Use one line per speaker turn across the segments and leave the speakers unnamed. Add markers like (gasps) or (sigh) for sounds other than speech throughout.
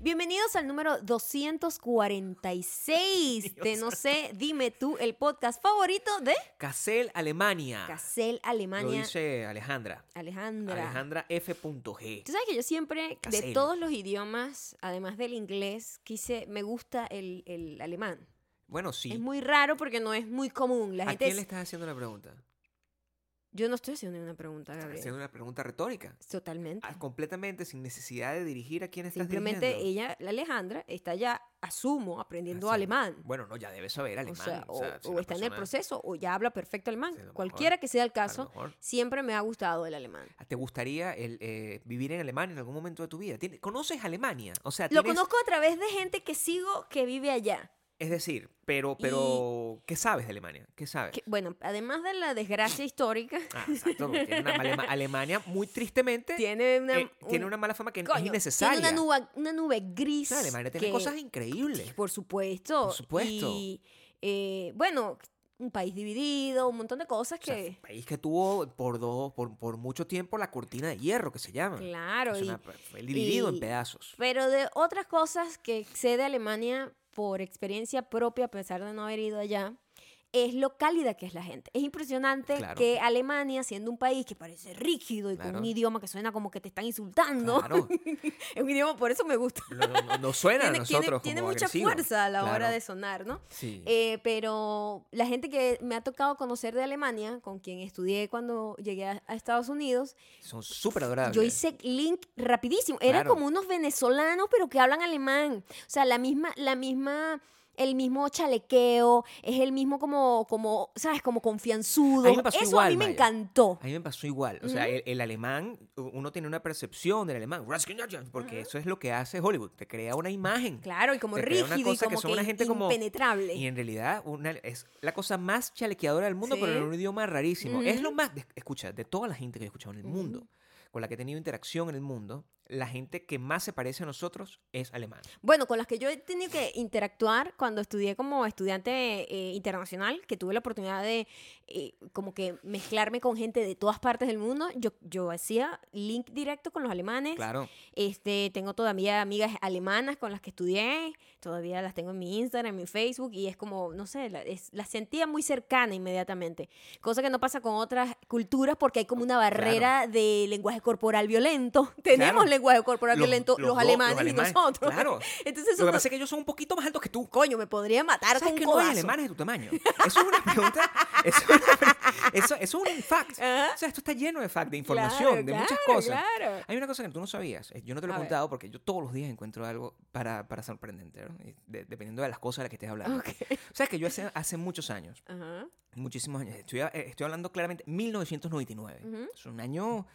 Bienvenidos al número 246 de
Dios.
No sé, dime tú, el podcast favorito de
Casel, Alemania.
Casel,
Ah, Lo
Alemania.
dice Alejandra.
Alejandra.
Alejandra F.G.
Tú sabes que yo siempre, de
Casel.
todos los idiomas, además del inglés, quise, me gusta el, el alemán.
Bueno, sí.
Es muy raro porque no es muy común. La
¿A
gente
quién
es-
le estás haciendo la pregunta?
Yo no estoy haciendo una pregunta,
Estás
Gabriel.
haciendo una pregunta retórica.
Totalmente.
Ah, Completamente sin necesidad de dirigir a quién estás
Simplemente
dirigiendo.
ella, la Alejandra, está ya, asumo, aprendiendo
Así.
alemán.
Bueno, no, ya debe saber
O
alemán.
sea, o,
si
o
una
está en el
persona-
proceso o ya habla perfecto alemán.
Sí, a lo
Cualquiera
mejor,
que sea el
a lo
caso,
mejor. ah,
siempre me ha gustado el alemán.
¿Te gustaría el, eh, vivir en Alemania en algún momento de tu vida? ¿Tienes- ¿Conoces Alemania? O sea,
Lo
Ah, tienes-
conozco a través de gente que sigo que vive allá.
Es decir, pero, pero ¿qué sabes de Alemania? ¿Qué sabes?
Que, bueno, además de la desgracia histórica,
Eh. Ah, exacto. porque tiene
(laughs)
una mala- Alemania, muy tristemente,
tiene una,
eh, tiene
un-
una mala fama que
coño,
es
tiene
innecesaria.
una nube, una nube
O
gris.
sea, Alemania tiene
que-
cosas increíbles.
Por supuesto.
Por supuesto.
Y eh, bueno, un país dividido, un montón de cosas
O sea,
que.
un país que tuvo por dos, por, por mucho tiempo la cortina de hierro que se llama.
claro.
Es
y-
una- fue dividido
y-
en pedazos.
pero de otras cosas que excede a Alemania por experiencia propia, a pesar de no haber ido allá, es lo cálida que es la gente. Es impresionante
Claro.
que Alemania, siendo un país que parece rígido y con
Claro.
un idioma que suena como que te están insultando,
Claro.
(laughs) es un idioma, por eso me
(laughs)
gusta.
No, no- no-
(laughs)
no suena
Tiene,
a
tiene-
nosotros como
tiene mucha
agresivo.
fuerza a la hora
Claro.
de sonar, ¿no?
Sí.
Eh, pero la gente que me ha tocado conocer de Alemania, con quien estudié cuando llegué a, a Estados Unidos,
Son súper adorables.
yo hice link rapidísimo. Eran
Claro.
como unos venezolanos, pero que hablan alemán. O sea, la misma, la misma, el mismo chalequeo, es el mismo como, como, ¿sabes? Como confianzudo.
A mí me pasó
Eso a
igual,
mí me
Maya.
encantó.
A mí me pasó igual. O sea, el, el alemán, u- uno tiene una percepción del alemán, porque eso es lo que hace Hollywood, te crea una imagen.
Claro, y como
Te crea
rígido
una
y
cosa que
como
son una gente como-
impenetrable.
Y en realidad una- es la cosa más chalequeadora del mundo,
Sí.
pero en un idioma rarísimo. Es
Ujú.
lo más, de- escucha, de toda la gente que he escuchado en el
Ujú.
mundo, con la que he tenido interacción en el mundo, la gente que más se parece a nosotros es alemán.
Bueno, con las que yo he tenido que interactuar cuando estudié como estudiante eh, internacional, que tuve la oportunidad de eh, como que mezclarme con gente de todas partes del mundo, yo, yo hacía link directo con los alemanes.
Claro.
Este, tengo todavía amigas alemanas con las que estudié, todavía las tengo en mi Instagram, en mi Facebook, y es como, no sé, la- es- las sentía muy cercana inmediatamente, cosa que no pasa con otras culturas porque hay como una barrera de lenguaje corporal violento. (laughs) Tenemos lenguaje corporal
Los-
violento los,
los do- los
alemanes,
alemanes,
y nosotros.
claro.
(laughs) Entonces,
Lo
eso
que
no-
pasa es que ellos son un poquito más altos que tú.
coño, me podría matar con
¿Sabes
un
que no hay
codazo.
alemanes de
(laughs)
tu tamaño? Eso es una pregunta. Eso, es una pre- eso- eso es un
(laughs)
fact.
Ajá.
O sea, esto está lleno de fact, de información,
Claro,
de muchas
claro,
cosas.
claro.
Hay una cosa que tú no sabías. eh, Yo no te lo he
A ver.
contado porque yo todos los días encuentro algo para, para sorprendente, ¿no? Y de- dependiendo de las cosas de las que estés hablando. Sabes que yo hace, hace muchos años,
Ajá.
muchísimos años, estoy, eh, estoy hablando claramente 1999.
Ujú.
Es un año,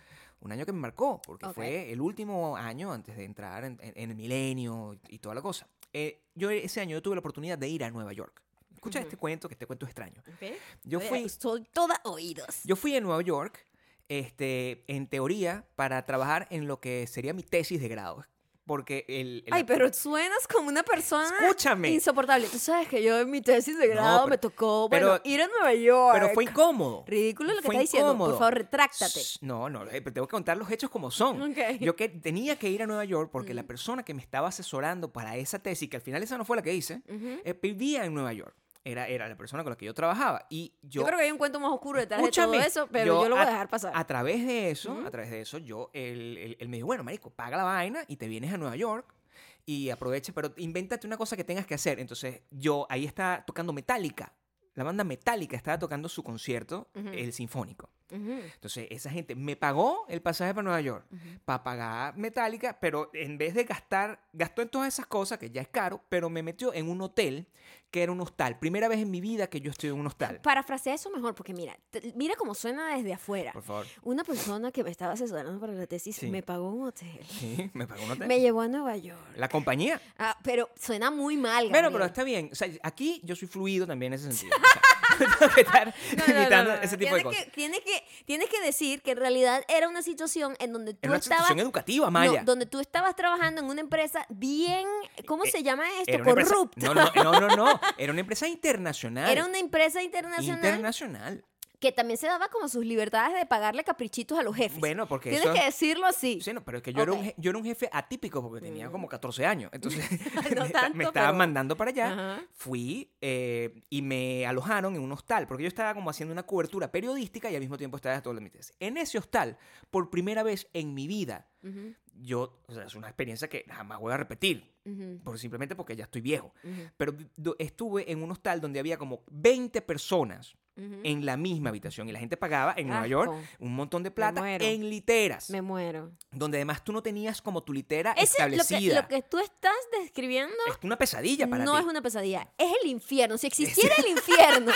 un año que me marcó porque
Ok.
fue el último año antes de entrar en, en- en el milenio y, y toda la cosa. Eh, yo ese año yo tuve la oportunidad de ir a Nueva York. Escucha
Ujú. Eh,
este cuento, que este cuento es extraño.
Ok.
Yo
Oye,
fui,
Soy toda oídos.
yo fui a Nueva York, este, en teoría, para trabajar en lo que sería mi tesis de grado. Porque el... el-
Ay, pero suenas como una persona
Escúchame.
insoportable. Tú sabes que yo en mi tesis de
No,
grado
pero-
me tocó bueno,
pero-
ir a Nueva York.
pero fue incómodo.
ridículo lo que
Fue
está diciendo.
incómodo.
Por favor, retráctate.
Shh, No, no, eh, pero tengo que contar los hechos como son.
Ok. Mm.
Yo que tenía que ir a Nueva York porque la persona que me estaba asesorando para esa tesis, que al final esa no fue la que hice,
Ujú.
eh, vivía en Nueva York. Era, era la persona con la que yo trabajaba. Y
yo,
yo,
creo que hay un cuento más oscuro detrás
Escúchame,
de todo eso, pero yo, lo voy a dejar pasar.
A través de eso,
Ujú.
a través de eso, yo, él, él- él me dijo, bueno, marico, paga la vaina y te vienes a Nueva York y aprovecha, pero invéntate una cosa que tengas que hacer. Entonces, yo ahí estaba tocando Metallica. La banda Metallica estaba tocando su concierto,
Ujú.
el sinfónico.
Ujú.
Entonces, esa gente me pagó el pasaje para Nueva York, para pagar Metallica, pero en vez de gastar, gastó en todas esas cosas, que ya es caro, pero me metió en un hotel, que era un hostal. Primera vez en mi vida que yo estoy en un
(laughs)
hostal.
Parafrasea eso mejor, porque mira, te- mira cómo suena desde afuera.
Por favor.
Una persona que me estaba asesorando para la tesis
Sí.
me pagó un hotel.
Sí, me pagó un hotel.
Me llevó a Nueva York.
La compañía.
Ah, pero suena muy mal.
Bueno,
Gabriel.
pero está bien. O sea, aquí yo soy fluido también en ese
(laughs)
sentido. O sea, (laughs) no tengo que estar
No, no, no,
(laughs) imitando
no, no.
ese tipo de
Tienes
cosas.
Que, tienes, que, tienes que decir que en realidad era una situación en donde tú
Es una
estabas.
situación educativa,
no,
Maya.
donde tú estabas trabajando en una empresa bien. ¿Cómo
Eh,
se llama esto?
Era una empresa-
Corrupta. (laughs)
No, no, no, no, no. Era una empresa internacional.
Era una empresa internacional
Internacional.
que también se daba como sus libertades de pagarle caprichitos a los jefes.
Bueno, porque
Tienes
eso-
que decirlo así.
Sí, no, pero es que yo, era, un,
Ok. Mm.
je- yo era un jefe atípico porque tenía como 14 años. Entonces
(laughs) No
(laughs) me, esta-
tanto,
me estaban
pero-
mandando para allá.
Ajá.
Fui eh, y me alojaron en un hostal porque yo estaba como haciendo una cobertura periodística y al mismo tiempo estaba estudiando mi tesis. En ese hostal, por primera vez en mi vida,
Ujú,
yo, o sea, es una experiencia que jamás voy a repetir,
ujú,
por, simplemente porque ya estoy viejo.
ujú,
Pero do- estuve en un hostal donde había como 20 personas
ujú.
en la misma habitación y la gente pagaba en Nueva
Mm. Asco.
York un montón de plata
muero.
en literas
Me muero.
donde además tú no tenías como tu litera
Ese, lo, que,
establecida.
lo que tú estás describiendo
Es una pesadilla para
no
ti.
es una pesadilla, es el infierno. Si existiera
(laughs)
el infierno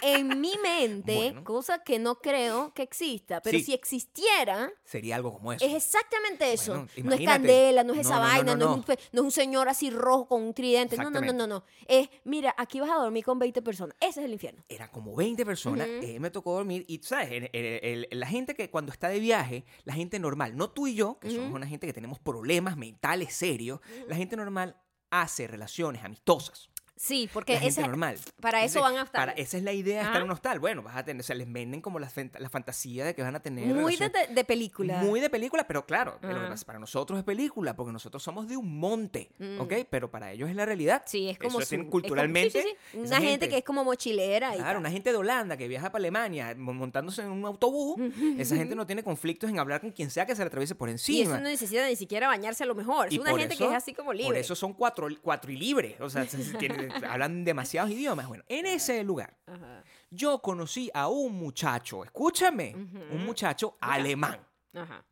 en mi mente,
Bueno.
cosa que no creo que exista, pero
Sí.
si existiera,
Sería algo como eso.
es exactamente eso.
Bueno,
no es
imagínate.
candela, no es
No,
esa
no, no,
vaina, no,
no,
Es un, fe- no es un señor así rojo con un tridente. No, no, no, no,
Exactamente.
no. Es, mira, aquí vas a dormir con 20 personas. Ese es el infierno.
Era como 20 personas,
Ujú.
eh, me tocó dormir y, ¿sabes? El- el- el- la gente que cuando está de viaje, la gente normal, no tú y yo, que somos
Ujú.
una gente que tenemos problemas mentales serios, la gente normal hace relaciones amistosas.
Sí, porque
la gente
ese-
normal.
para eso
Entonces,
van a estar.
para- esa es la idea de estar
Ajá.
en un hostal. Bueno, vas a tener, o sea, les venden como la, fant- la fantasía de que van a tener
Muy de,
relaciones
de- de película.
Muy de película, pero claro, pero lo que
Ajá.
pasa- para nosotros es película, porque nosotros somos de un monte,
Mm.
¿ok? Pero para ellos es la realidad.
Sí, es como
Eso
su-
tienen
es como- sí,
culturalmente.
sí, sí.
esa
Una gente, que es como mochilera y
Claro,
tal.
una gente de Holanda que viaja para Alemania mo- montándose en un autobús, esa gente no tiene conflictos en hablar con quien sea que se le atraviese por
Y eso
encima.
no necesita ni siquiera bañarse a lo mejor. Es
Y
una
por
gente que
eso-
es así como libre.
Por eso son cuatro, cuatro y libres, o sea, se- se
(laughs)
tienen- hablan demasiados idiomas. Bueno, en ese lugar
Ajá,
yo conocí a un muchacho, escúchame,
Ujú.
un muchacho alemán.
ajá.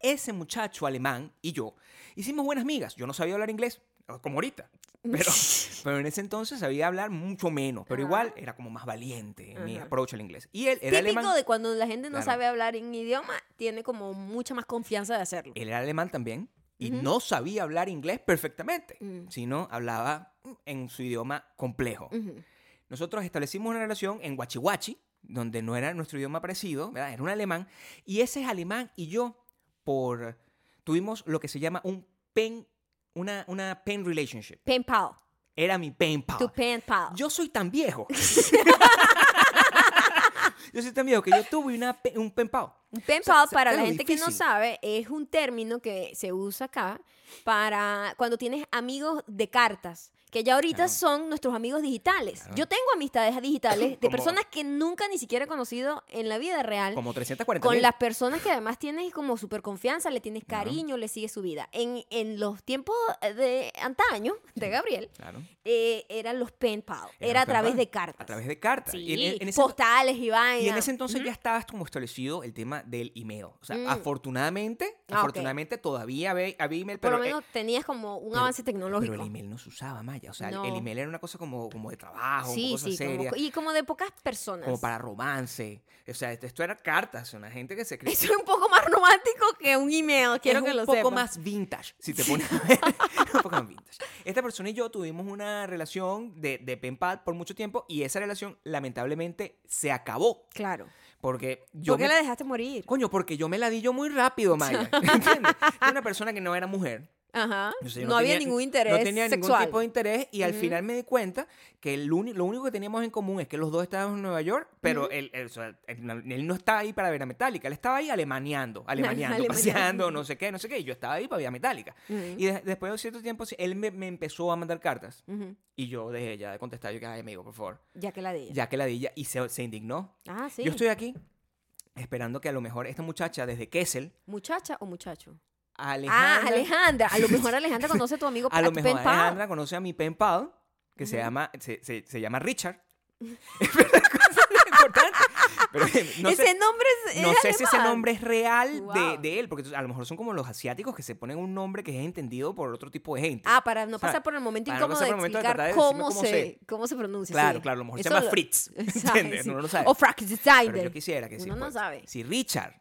ese muchacho alemán y yo hicimos buenas migas. Yo no sabía hablar inglés, ah, como ahorita.
(laughs)
Pero, pero en ese entonces sabía hablar mucho menos. Pero
Ajá.
igual era como más valiente en mi
Ajá.
approach al inglés. Y él era
Típico
alemán.
de cuando la gente no
Claro.
sabe hablar en idioma, tiene como mucha más confianza de hacerlo.
Él era alemán también. Y
Ujú.
no sabía hablar inglés perfectamente,
Mm.
sino hablaba mm, en su idioma complejo.
Ujú.
Nosotros establecimos una relación en Guachihuachi, donde no era nuestro idioma parecido, ¿verdad? Era un alemán. Y ese alemán y yo, por. Tuvimos lo que se llama un pen. Una, una pen relationship.
Pen pal.
Era mi pen pal.
Tu pen pal.
Yo soy tan viejo.
(laughs)
yo soy tan viejo que yo tuve una pe- un pen pal.
Un pen
sea,
pal,
se-
para la
claro,
gente que no
difícil.
sabe, es un término que se usa acá para cuando tienes amigos de cartas, que ya ahorita
Claro.
son nuestros amigos digitales.
Claro.
Yo tengo amistades digitales de
(laughs) Como-
personas que nunca ni siquiera he conocido en la vida real.
Como 340
Eh, con
mil.
las personas que además tienes como súper confianza, le tienes
Claro.
cariño, le sigues su vida. En, en los tiempos eh, de antaño, de Gabriel,
Claro.
eh, eran los pen pal.
Era un
Era a
pen
través
pal,
de cartas.
A través de cartas.
Sí,
Y en- e-, en- en ese-
postales y vainas.
Y en ese entonces ya estabas como establecido el tema del email. O sea,
Mm.
afortunadamente,
Ah, ok.
afortunadamente todavía había, había email,
Por
pero,
lo
eh,
menos tenías como un
pero-
avance
pero
tecnológico.
el email no se usaba, Maya. O sea, el-
No.
el email era una cosa como, como de trabajo,
sí,
cosa
sí, como-
seria, como,
y como de pocas personas.
para romance. O sea, esto, esto era cartas, una gente que se escribía.
(laughs) Eso es un poco más romántico que un email, quiero
es
que
un
lo
poco
sepas.
más vintage, si te pones a ver. (laughs) un poco más vintage. Esta persona y yo tuvimos una relación de, de pen pal por mucho tiempo y esa relación lamentablemente se acabó.
Claro.
Porque yo
¿Por qué
me-
la dejaste morir?
Coño, porque yo me la di yo
(laughs)
muy rápido, Maya. ¿Entiendes? Era una persona que no era mujer.
Ajá.
O sea, yo
no, había
tenía-
ningún interés
No tenía
sexual.
ningún tipo de interés y al
Ujú.
final me di cuenta que el uni- lo único que teníamos en común es que los dos estábamos en Nueva York, pero él, él, o sea, él- él no estaba ahí para ver a Metallica, él estaba ahí
(laughs)
alemaneando, alemaneando,
Alemaneando.
paseando, no sé qué, no sé qué. Y yo estaba ahí para ver a Metallica.
Ujú,
Y de- después de un cierto tiempo, sí, él me, me empezó a mandar cartas
ujú.
y yo dejé ya de contestar. Yo que, ay, amigo, por favor,
Ya que la de ella.
ya que la di ya", y se, se indignó.
Ah, sí.
Yo estoy aquí esperando que a lo mejor esta muchacha desde Kessel
¿Muchacha o muchacho?
Alejandra.
Ah, Alejandra. A
(laughs)
lo mejor Alejandra conoce a tu amigo
A lo
tu
mejor
pen pal.
Alejandra conoce a mi pen pal, que se
Ujú.
llama se, se- se
(laughs)
llama Richard. (laughs) Pero es cosa importante. Pero, eh, no
ese
sé,
nombre es,
no
es
sé si ese
alemán.
nombre es real de,
Wow.
de él, porque a lo mejor son como los asiáticos que se ponen un nombre que es entendido por otro tipo de gente.
(laughs) Ah, para no
O sea,
pasar por el momento
para no
incómodo
pasar
de
por el momento de
explicar
tratar de decirme
cómo,
cómo
se,
sé.
cómo se pronuncia.
claro,
sí.
claro, a lo mejor se
Eso
llama
lo-
Fritz.
(laughs) Exacto,
¿Entiendes?
sí.
Uno no lo sabe.
O Frank Designer.
Pero yo quisiera que sí,
Uno no
pues,
sabe.
Si Richard,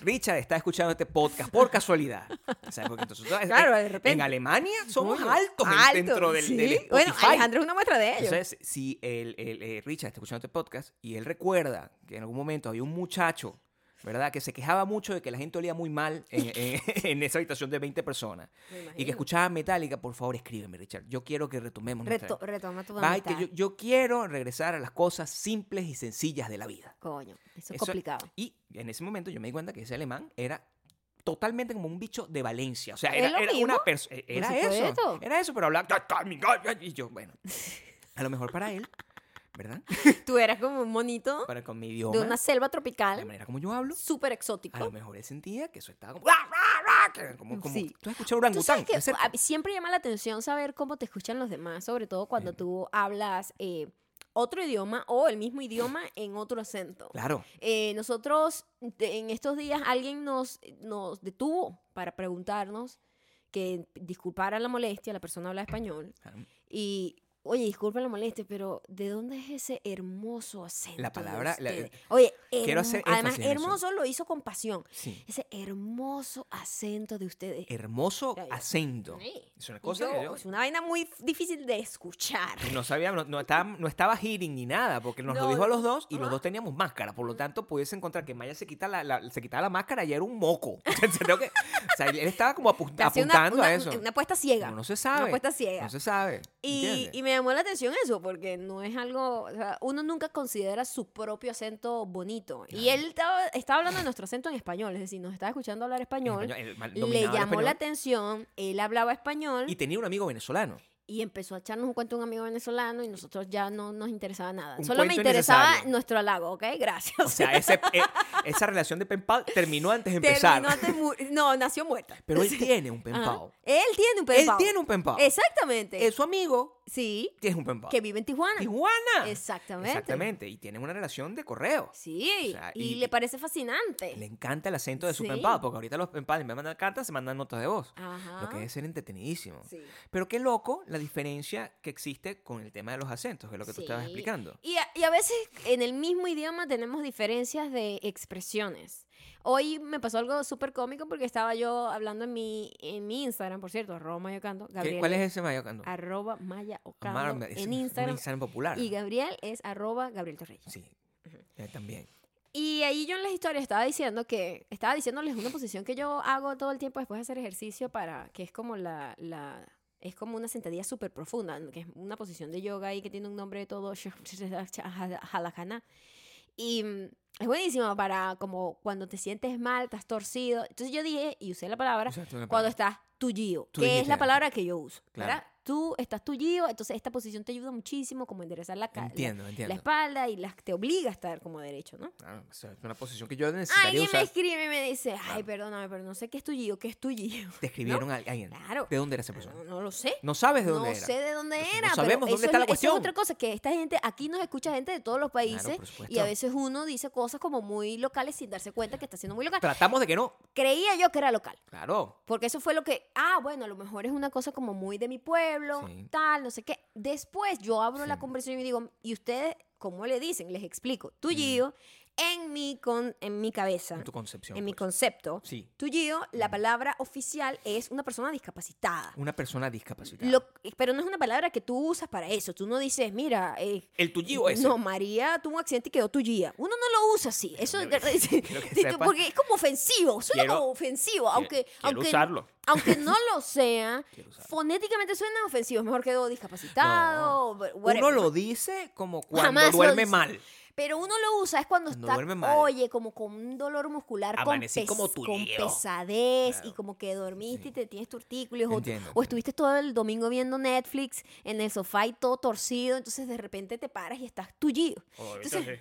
Richard está escuchando este podcast por casualidad. ¿sabes?
(laughs)
Porque entonces, ¿sabes?
Claro,
En-
de repente.
En Alemania somos
Coño,
altos en-
alto,
dentro del,
sí.
del
Bueno,
Spotify.
Alejandro es una muestra de ello.
Entonces, si el, el, eh, Richard está escuchando este podcast y él recuerda que en algún momento había un muchacho ¿verdad? Que se quejaba mucho de que la gente olía muy mal en,
(laughs)
en- en esa habitación de 20 personas. Y que escuchaba Metallica, por favor, escríbeme, Richard. Yo quiero que retomemos nuestra-
Reto- retoma tu
Bye, que
amistad.
yo, yo quiero regresar a las cosas simples y sencillas de la vida.
Coño, eso es
Eso-
complicado.
Y en ese momento yo me di cuenta que ese alemán era totalmente como un bicho de Valencia. O sea,
¿Es
era,
lo
era
mismo?
una persona. Era
Por
eso.
supuesto.
Era eso, pero hablaba. "Ca- ca- mi ga- ga", Y yo, bueno. A lo mejor para él, ¿verdad?
Tú eras como un monito
Para con mi
de
idioma,
una selva
la
tropical,
manera como yo hablo,
súper
a lo
exótico.
mejor él sentía que eso estaba como. "Ra, ra, ra", que era como, como-
Sí.
Tú has
Tú
escuchado orangután.
sabes que
de cerca?
a mí siempre llama la atención saber cómo te escuchan los demás, sobre todo cuando tú hablas eh, otro idioma o el mismo idioma en otro acento.
Claro.
Eh, nosotros te- en estos días alguien nos, nos detuvo para preguntarnos que disculpara la molestia, la persona habla español.
claro.
Y, oye, disculpa la molestia, pero ¿de dónde es ese hermoso acento? de
palabra, la- eh,
ustedes? oye,
quiero
hermo-
hacer
además,
énfasis en eso.
hermoso lo hizo con pasión.
Sí.
Ese hermoso acento de ustedes.
Hermoso
Ya, ya.
acento.
Sí.
Es una
Y
cosa
yo,
que yo-
Es una vaina muy f- difícil de escuchar.
Y No sabíamos, no, no estaba, no estaba hearing ni nada, porque nos lo
No,
dijo a
no.
los dos y los
Ajá.
dos teníamos máscara. Por lo tanto, pudiese encontrar que Maya se, quita la, la- se quitaba la máscara y era un moco. (laughs) Se tenía que- o sea, él estaba como apu-
(laughs) Te hacía una-
apuntando
una,
a eso.
Una apuesta ciega.
Como no se sabe.
Una apuesta ciega.
No se sabe.
Y,
¿entiendes?
y me llamó la atención eso, porque no es algo. o sea, uno nunca considera su propio acento bonito. Y él estaba, estaba hablando de nuestro acento en español, es decir, nos estaba escuchando hablar español.
español, él mal-
le
dominaba
llamó
el
la
español.
atención, él hablaba español
Y
y,
tenía un
(laughs)
amigo venezolano.
empezó a echarnos un cuento de un amigo venezolano y nosotros ya no nos interesaba nada.
Un
Solo me
cuento
interesaba
innecesario.
nuestro halago, ¿ok? Gracias.
O sea, ese- e- esa relación de pen pal terminó antes de empezar.
Terminó de mu- no, nació muerta.
Pero él tiene un pen
Ajá.
pal.
Él tiene un
Él
penpao.
tiene un pen pal.
Exactamente.
Eh, Su amigo
Sí,
tiene un pen pal.
que vive en Tijuana.
Tijuana.
Exactamente.
Exactamente. Y tienen una relación de correo.
Sí,
O sea,
y,
y-
le parece fascinante.
Le encanta el acento de su
Sí.
pempado, porque ahorita los pempados me mandan cartas, se mandan notas de voz.
Ajá.
Lo que debe ser entretenidísimo.
Sí.
Pero qué loco la diferencia que existe con el tema de los acentos, que es lo que tú estabas
Sí.
explicando.
Y a, y a veces en el mismo idioma tenemos diferencias de expresiones. Hoy me pasó algo súper cómico porque estaba yo hablando en mi, en mi Instagram, por cierto, arroba mayocando.
¿Qué-
Gabriel
¿Cuál es ese mayocando?
Arroba mayaocando
Amar- es
en
un- Un
Instagram.
Instagram popular.
Y Gabriel es arroba Gabriel Torreyes.
Sí. Eh, también.
Y ahí yo en las historias estaba diciendo que, estaba diciéndoles una posición que yo hago todo el tiempo después de hacer ejercicio para, que es como la, la es como una sentadilla súper profunda, que es una posición de yoga ahí que tiene un nombre todo, (laughs) halakana. Y mm, es buenísima para como cuando te sientes mal, estás torcido. Entonces yo dije, y usé la palabra,
O sea, tú me
cuando
paras.
estás tullido,
Tú
que es
dijiste,
la palabra que yo uso,
claro.
¿verdad? Tú estás tullido, entonces esta posición te ayuda muchísimo como a enderezar la, ca- la-
Entiendo,
la
entiendo.
espalda y las, te obliga a estar como derecho, ¿no?
Ah, o sea, es una posición que yo necesitaría
Alguien me
usar.
escribe y me dice, ay, perdóname, pero no sé qué es tuyo, qué es tuyo. (laughs)
Te escribieron a alguien.
Claro.
¿De dónde era esa
No,
persona?
no lo sé.
No sabes de
No
dónde era.
sé de dónde
Entonces, no
era. pero
sabemos dónde
eso
está
es,
la
lo- eso es
cuestión.
otra cosa, que esta gente, aquí nos escucha gente de todos los países
por supuesto.
y a veces uno dice cosas como muy locales sin darse cuenta que está siendo muy local.
Tratamos de que no.
Creía yo que era local.
Claro.
Porque eso fue lo que, ah, bueno, a lo mejor es una cosa como muy de mi pueblo,
Sí.
tal, no sé qué. Después yo abro la
Sí.
conversación y digo, ¿y ustedes cómo le dicen? Les explico. Tullido, en, mi con, en mi cabeza,
Mm. En tu concepción.
en mi
pues.
concepto,
Sí.
Tullido, la palabra oficial es una persona discapacitada.
Una persona discapacitada.
Lo- pero no es una palabra que tú usas para eso. Tú no dices, mira, eh,
El tullido ese.
no, María tuvo un accidente y quedó tullía. Uno no lo usa así. Eso
Quiero
(laughs)
que-
sí,
quiero que
sí, que-
sepas.
porque es como ofensivo. Suena
Quiero-
como ofensivo, aunque
quiero
aunque
usarlo. (laughs)
aunque no lo sea.
Quiero usarlo.
fonéticamente suena ofensivo. Es Mejor quedó discapacitado.
Uno
whatever.
lo dice como cuando
Jamás lo
duerme
dice.
mal.
Pero uno lo usa es cuando
Cuando
está,
duerme mal.
oye, como con un dolor muscular, con,
Amanecí
pes-
como
con
tullido.
pesadez y
Claro.
como que dormiste
Sí.
y te tienes tortícolis o,
Entiendo,
o
entiendo.
estuviste todo el domingo viendo Netflix en el sofá y todo torcido, entonces de repente te paras y estás tullido. Entonces,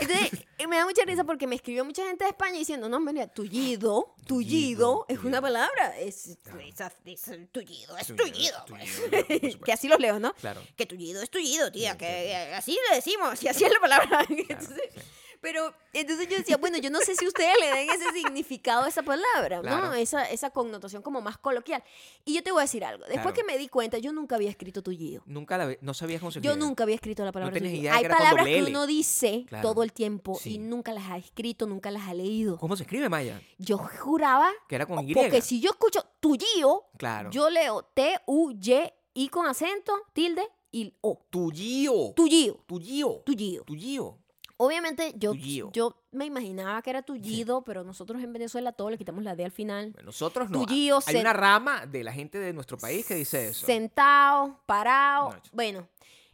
entonces, eh, me da mucha risa porque me escribió mucha gente de España diciendo, no, mira, tullido, tullido
Tullido,
es
tullido.
una palabra, es,
Claro.
es- es- es tullido, es
Tullido,
tullido.
tullido,
pues.
por supuesto.
(laughs) que así los leo, ¿no?
Claro.
que tullido es tullido, tía,
Sí,
que
claro,
eh, así le decimos, y así es la palabra. (laughs) Entonces,
sí.
Pero entonces yo decía, bueno, yo no sé si ustedes le den ese significado a esa palabra, ¿no?
Claro.
Esa, esa connotación como más coloquial. Y yo te voy a decir algo, después
Claro.
que me di cuenta, yo nunca había escrito tullido.
Nunca la ve- no sabías cómo se
Yo
escribe.
nunca había escrito la palabra
tenías
tullido.
idea de
Hay
que era con
palabras
doble
que
L.
uno dice
Claro.
todo el tiempo y
Sí.
nunca las ha escrito, nunca las ha leído.
¿Cómo se escribe Maya?
Yo juraba,
Que era con Y.
Oh, porque si yo escucho tullido,
Claro.
yo leo T-U-Y-I con acento, tilde y O.
Tullío.
Tullido,
Tullío.
tullido.
Tullío.
Obviamente yo,
Tullido.
yo me imaginaba que era tullido, pero nosotros en Venezuela todo le quitamos la D al final.
Bueno, Nosotros no. Ah,
Tullido,
Hay
se-
una rama de la gente de nuestro país que dice eso.
Sentado, parado.
No, yo-
Bueno,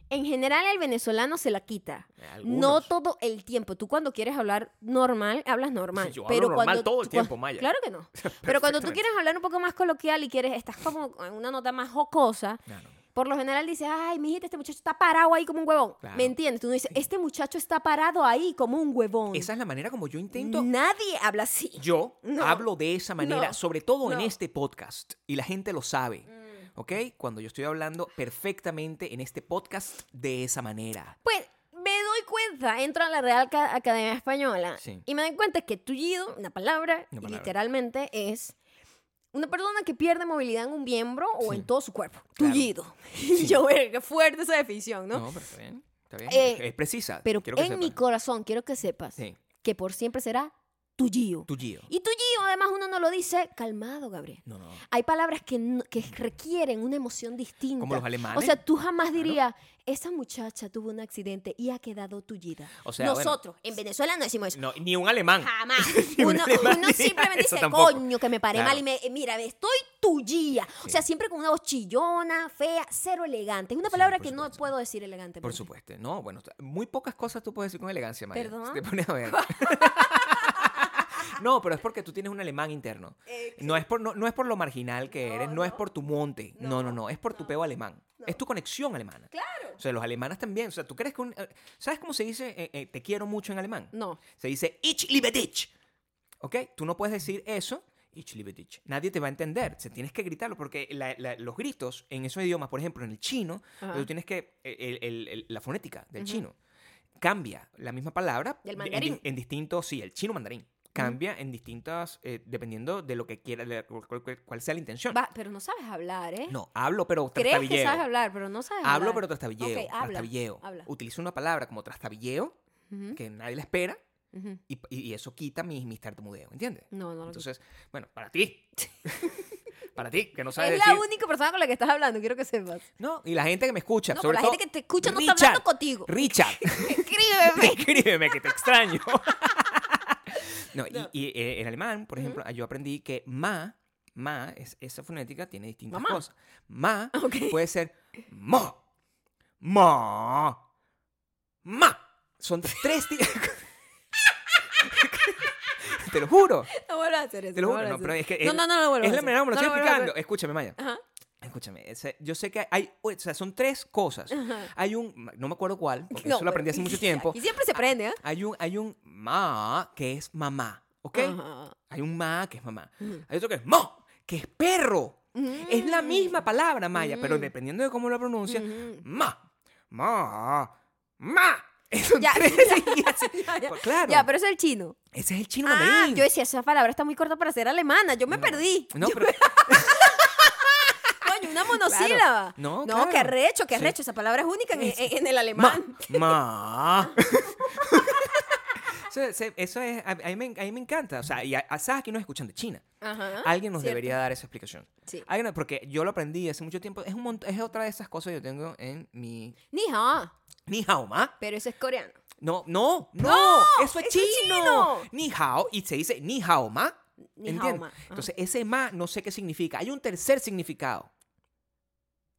en general el venezolano se la quita. No
Eh, Algunos.
todo el tiempo. Tú cuando quieres hablar normal, hablas normal.
Yo hablo
pero
normal
cuando,
todo el
cua-
tiempo, Maya.
Claro que
(laughs)
no. pero cuando tú quieres hablar un poco más coloquial y quieres, estás como en una nota más jocosa,
No, no.
por lo general dices, ay, mijita, este muchacho está parado ahí como un huevón.
Claro.
¿Me entiendes? Tú no dices, este muchacho está parado ahí como un huevón.
Esa es la manera como yo intento.
Nadie habla así.
Yo
No.
hablo de esa manera,
No.
sobre todo en
No. Mm.
este podcast. Y la gente lo sabe. ¿Ok? Cuando yo estoy hablando perfectamente en este podcast de esa manera.
Pues me doy cuenta, entro a la Real Ca- Academia Española
Sí.
y me doy cuenta que tullido, una palabra,
Una
y
palabra.
literalmente es una persona que pierde movilidad en un miembro o
Sí.
en todo su cuerpo.
Claro.
Tullido. (laughs) Y Yo, "Verga, qué fuerte esa definición, ¿no?
No, pero está bien. Está bien.
Eh,
es precisa.
Pero
quiero
en
que
mi
sepas.
corazón quiero que sepas
Sí,
que por siempre será tullido.
tullido.
y tullido, además, uno no lo dice calmado, Gabriel.
No, no.
Hay palabras que, no- que requieren una emoción distinta.
Como los alemanes.
O sea, tú jamás dirías, esa muchacha tuvo un accidente y ha quedado tullida.
O sea, bueno.
Nosotros, en Venezuela, no decimos eso.
No, (laughs) ni un alemán.
Jamás.
Ni un
Uno,
alemán
uno
diría
simplemente
eso
dice,
tampoco.
coño, que me paré
Claro.
mal y me, eh, mira, estoy tullida.
Sí.
O sea, siempre con una voz chillona, fea, cero elegante. Es una palabra
por
que no
supuesto.
puedo decir elegante.
Por supuesto. No, bueno, está- muy pocas cosas tú puedes decir con elegancia, Maya.
¿Perdón?
Si Te pones a
(laughs)
ver. No, pero es porque tú tienes un alemán interno. No es por, no, no es por lo marginal que eres, no, es por tu monte. No, no, no. Es por tu peo alemán. Es tu conexión alemana.
Claro.
O sea, los alemanes también. O sea, tú crees que un. eh, ¿Sabes cómo se dice eh, eh, te quiero mucho en alemán? (laughs)
No.
Se dice ich liebe dich. ¿Ok? Tú no puedes decir eso, ich liebe dich. Nadie te va a entender. Se tienes que gritarlo porque la- la- los gritos en esos idiomas, por ejemplo, en el chino,
Ajá.
tú tienes que. eh, el- el- el- la fonética del chino cambia la misma palabra.
Del
en di-
mandarín.
En, distintos. Sí, el chino mandarín. Cambia en distintas. eh, dependiendo de lo que quiera, de cu- cu- cu- cuál sea la intención.
Va, pero no sabes hablar, ¿eh?
No, hablo, pero
Crees que
trastabilleo.
sabes hablar, pero no sabes hablar.
Hablo, pero trastabilleo.
Ok, habla,
trastabilleo.
habla. ¿Mm?
Utilizo una palabra como trastabilleo
Ujú,
que nadie la espera
ujú.
y, y- y eso quita mi, mi tartamudeo, ¿entiendes?
No, no lo
Entonces, bueno, para ti. (laughs) para ti, que no sabes
Es la
decir.
única persona con la que estás hablando, quiero que sepas.
No, y la gente que me escucha,
No, pero
sobre
la
todo-
gente que te escucha no está hablando contigo.
Richard,
Escríbeme.
(laughs) escríbeme que
(laughs)
te extraño. no, y-
No.
y, eh, en alemán, por ejemplo, yo aprendí que ma, ma, es- esa fonética tiene distintas
Mamá. Ah,
cosas. Ma
Ok.
puede ser mo, mo, ma. Son tres
(laughs)
ti- (laughs) Te lo juro.
No vuelvas a hacer eso.
Te lo
no
juro,
vuelvas
no,
a
pero
hacer
es que
eso.
el-
No, no, no, lo vuelvas
es
a
la
hacer.
manera como lo
No
estoy
vuelvas a
explicando. Escúchame, Maya.
hacer. Ajá.
Escúchame. ese- yo sé que hay. O sea, son tres cosas. Hay un. No me acuerdo cuál, porque
(laughs) No,
eso lo aprendí hace
pero-
mucho tiempo.
Y siempre se prende, ¿eh?
Hay un, hay un ma que es mamá. ¿Ok?
Ajá.
Hay un ma que es mamá. Hay otro que es mo, que es perro. Es
Mm.
la misma palabra, Maya, pero dependiendo de cómo lo pronuncias, ma, ma, ma. (laughs) Son
(laughs) Ya,
tres y así.
Ya, ya.
Pues, claro.
Ya, pero eso es el chino.
Ese es el chino
Ah,
mandarín.
yo decía, esa palabra está muy corta para ser alemana. Yo me (laughs)
No,
perdí.
No,
Yo-
pero
Coño, una monosílaba.
No,
no
claro.
qué arrecho, qué
Sí.
arrecho. Esa palabra es única en, en- en el
Ma,
alemán.
ma.
(laughs)
(laughs) Eso, eso- eso es, a, a mí me, a mí me encanta. O sea, y a, a- sabes que nos escuchan de China.
Ajá.
Alguien nos
Ah, cierto.
debería dar esa explicación.
Sí.
Alguien- porque yo lo aprendí hace mucho tiempo. Es, un mont- es otra de esas cosas que yo tengo en mi...
Ni hao,
Ni hao ma.
pero eso es coreano.
No, no, no.
No,
eso es
eso es
chino.
chino.
Ni hao. Y se dice ni hao ma.
Ni hao
¿entiendes?
ma, ah. ajá.
Entonces, ese ma no sé qué significa. Hay un tercer significado.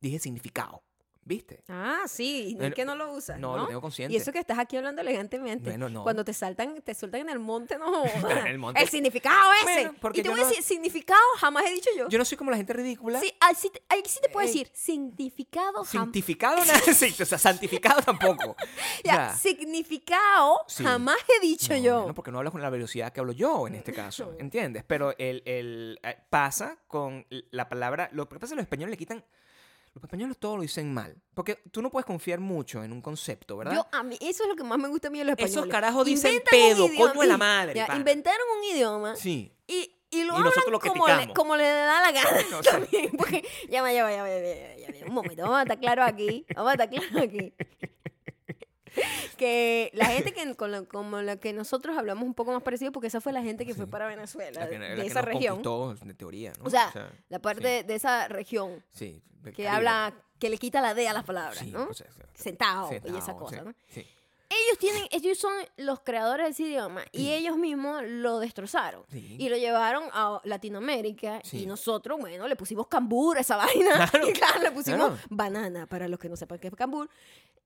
Dije significado. ¿Viste?
Ah, sí, no es
Bueno,
que no lo usas.
no,
Ah, No,
lo tengo consciente.
Y eso que estás aquí hablando elegantemente.
Bueno, no.
Cuando te saltan, te sueltan en el monte,
(laughs)
no. jodas.
En el monte.
significado ese.
Bueno, porque
y te
yo
voy
no-
a decir, significado jamás he dicho yo.
Yo no soy como la gente ridícula.
Sí, así te, ahí sí te puedo
Eh,
decir, significado jamás.
Santificado nada,
(laughs)
sí, o sea, santificado tampoco.
Ya,
Ya.
significado
Sí.
jamás he dicho
No,
yo.
bueno, porque no hablas con la velocidad que hablo yo en este caso,
(laughs)
¿entiendes? Pero el, el, eh, pasa con la palabra, lo que pasa es que los españoles le quitan, los españoles todo lo dicen mal, porque tú no puedes confiar mucho en un concepto, ¿verdad?
Yo, a mí, eso es lo que más me gusta a mí de los
Esos
españoles.
carajos dicen
Inventan
pedo,
un idioma-
coño de la madre,
Ya,
pana.
inventaron un idioma
sí.
y, y lo
Y
hablan
nosotros lo
como, le,
criticamos.
como le da la
(laughs)
gana (laughs)
o sea.
también, porque- ya va, ya va, ya va, ya va, ya va, ya va, Un momento, vamos a estar claro aquí. Vamos a estar claro aquí. Que la gente que, con la, como la que nosotros hablamos un poco más parecido, porque esa fue la gente que fue para Venezuela,
La que, la
de
que
esa
nos
región.
conquistó, de teoría, ¿no?
O sea, la parte
sí.
de, de esa región
sí, del
que
Caribe.
habla, que le quita la D a las palabras,
Sí,
¿no?
pues, es-
Sentado, y
sentado,
esa cosa,
sí,
¿no?
sí.
ellos tienen, ellos son los creadores de ese idioma y ellos mismos lo destrozaron
Sí.
y lo llevaron a Latinoamérica
Sí.
y nosotros, bueno, le pusimos cambur a esa (laughs) vaina,
Claro,
y claro, le pusimos
claro.
banana para los que no sepan qué es cambur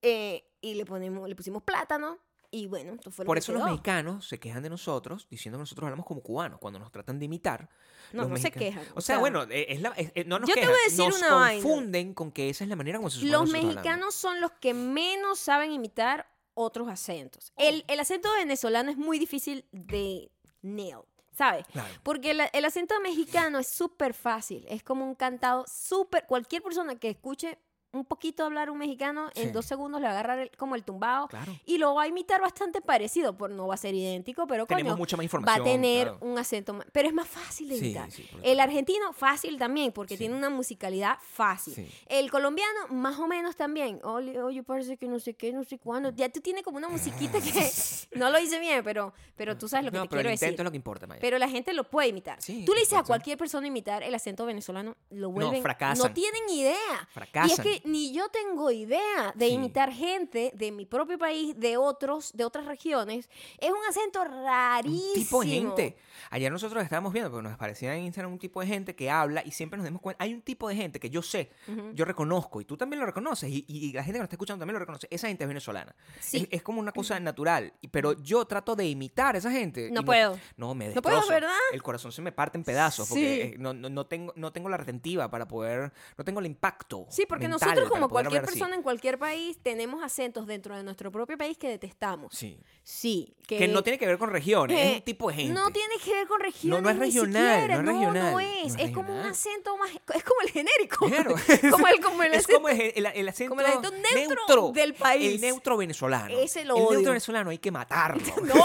eh, y le ponemos, le pusimos plátano y bueno, esto fue lo
Por
que
eso los
quedó.
mexicanos se quejan de nosotros, diciendo que nosotros hablamos como cubanos, cuando nos tratan de imitar.
No,
los
no se
mexicanos-
quejan,
O
o
sea,
sea,
bueno, eh, es la- es- eh, no nos
yo te
quejan,
voy a decir
nos
una vaina.
confunden con que esa es la manera como se supone
Los
nosotros hablamos.
mexicanos son los que menos saben imitar otros acentos. El,
Oh.
el acento venezolano es muy difícil de nail, ¿sabes?
Claro.
Porque el, el acento mexicano es súper fácil, es como un cantado súper... Cualquier persona que escuche un poquito hablar un mexicano,
Sí.
en dos segundos le va a agarrar el- como el tumbado
Claro.
y lo va a imitar bastante parecido, por, no va a ser idéntico, pero
Tenemos
coño,
mucha más
va
información.
a tener
claro.
un acento más... Pero es más fácil de
Sí,
imitar.
sí,
el
por supuesto.
argentino fácil también, porque
Sí.
tiene una musicalidad fácil.
Sí.
El colombiano, más o menos también. Oye, oye, parece que no sé qué, no sé cuándo. Ya tú tienes como una musiquita
(laughs)
que no lo hice bien, pero, pero tú sabes lo que
no,
te
pero
quiero
el intento
decir.
es lo que importa, Maya.
Pero la gente lo puede imitar.
Eh, Sí,
tú
por
le dices a
supuesto.
cualquier persona imitar el acento venezolano, lo vuelven.
fracasan.
No tienen idea. Y es
Fracasan.
que ni yo tengo idea de
Sí.
imitar gente de mi propio país, de otros, de otras regiones. Es un acento rarísimo.
Un tipo de gente. Ayer nosotros estábamos viendo, porque nos aparecía en Instagram un tipo de gente que habla y siempre nos damos cuenta. Hay un tipo de gente que yo sé, yo reconozco y tú también lo reconoces y, y la gente que nos está escuchando también lo reconoce. Esa gente es venezolana.
Sí.
Es, es como una cosa natural. y- Pero yo trato de imitar a esa gente. y
No puedo.
No, me
No puedo,
destrozo.
¿verdad?
El corazón se me parte en pedazos porque
Sí.
eh, no, no- no tengo, no tengo la retentiva para poder, no tengo el impacto.
Sí, porque nosotros
mental para
como
poder
cualquier
hablar así.
persona en cualquier país tenemos acentos dentro de nuestro propio país que detestamos. Sí,
Sí.
que,
Que no tiene que ver con regiones,
que
es
(laughs)
un tipo de gente.
No tiene que ver con regiones.
no es
ni
regional,
siquiera.
no es regional,
No,
no
es.
es
es como un
regional.
acento más. Es como el genérico.
Claro.
(laughs) como el, como el
es
acento.
como el, el- el acento,
como el acento neutro del país.
El neutro venezolano.
Ese lo
el
odio.
neutro venezolano hay
(laughs)
que matarlo.
No.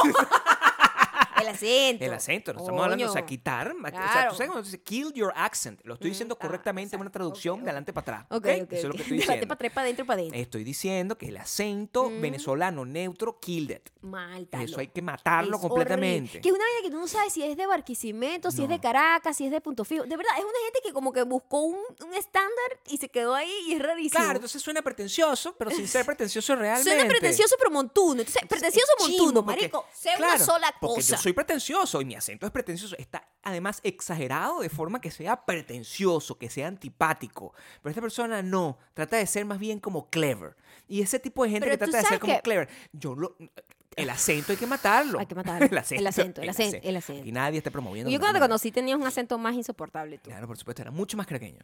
el acento.
El acento, no estamos hablando, o sea,
Coño.
quitar. ma- O sea,
Claro.
tú sabes cuando dice kill your accent. Lo estoy diciendo
ah,
correctamente,
exacto.
una traducción
Ok,
de adelante para atrás.
Ok,
¿ok?
ok.
Eso es lo que
ok.
estoy
Debate
diciendo.
para atrás, Mm. para adentro, para adentro.
Estoy diciendo que el acento venezolano neutro killed it.
Mal, tal.
Eso hay que matarlo
Es
completamente.
horrible. Que es una vida que tú no sabes si es de Barquisimeto, si es de
No.
Caracas, si es de Punto Fijo. De verdad, es una gente que como que buscó un un estándar y se quedó ahí y es rarísimo.
Claro, entonces suena pretencioso, pero sin ser pretencioso realmente.
Suena pretencioso pero montuno. Entonces, pretencioso
es chimbo,
montuno,
porque-
marico. Sé una
claro,
sola
Porque
cosa.
yo soy pretencioso y mi acento es pretencioso. Está además exagerado de forma que sea pretencioso, que sea antipático. Pero esta persona no, trata de ser más bien como clever. Y ese tipo de gente
Pero
que
tú
trata de ser
sabes
como
que-
clever, yo lo. El acento hay que matarlo.
(laughs) Hay que matarlo.
(laughs) el acento.
El acento, el acento, el acento.
Y nadie está promoviendo.
Yo
nada.
cuando te conocí tenías un acento más insoportable tú.
Claro, por supuesto, era mucho más caraqueño.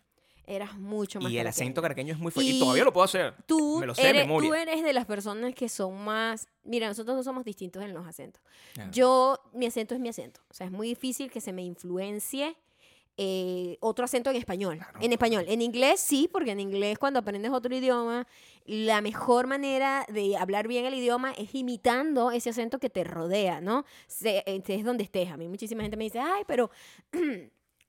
Eras mucho más
Y el
caraqueño.
acento caraqueño es muy fuerte.
Y
Y todavía lo puedo hacer.
Tú
Me lo sé de
eres,
memoria.
tú eres de las personas que son más... Mira, nosotros no somos distintos en los acentos.
Ah.
Yo, mi acento es mi acento. O sea, es muy difícil que se me influencie eh, otro acento en español. En español. En inglés sí, porque en inglés cuando aprendes otro idioma, la mejor manera de hablar bien el idioma es imitando ese acento que te rodea, ¿no? Se- eh, es donde estés. A mí muchísima gente me dice, ay, pero... (clears throat)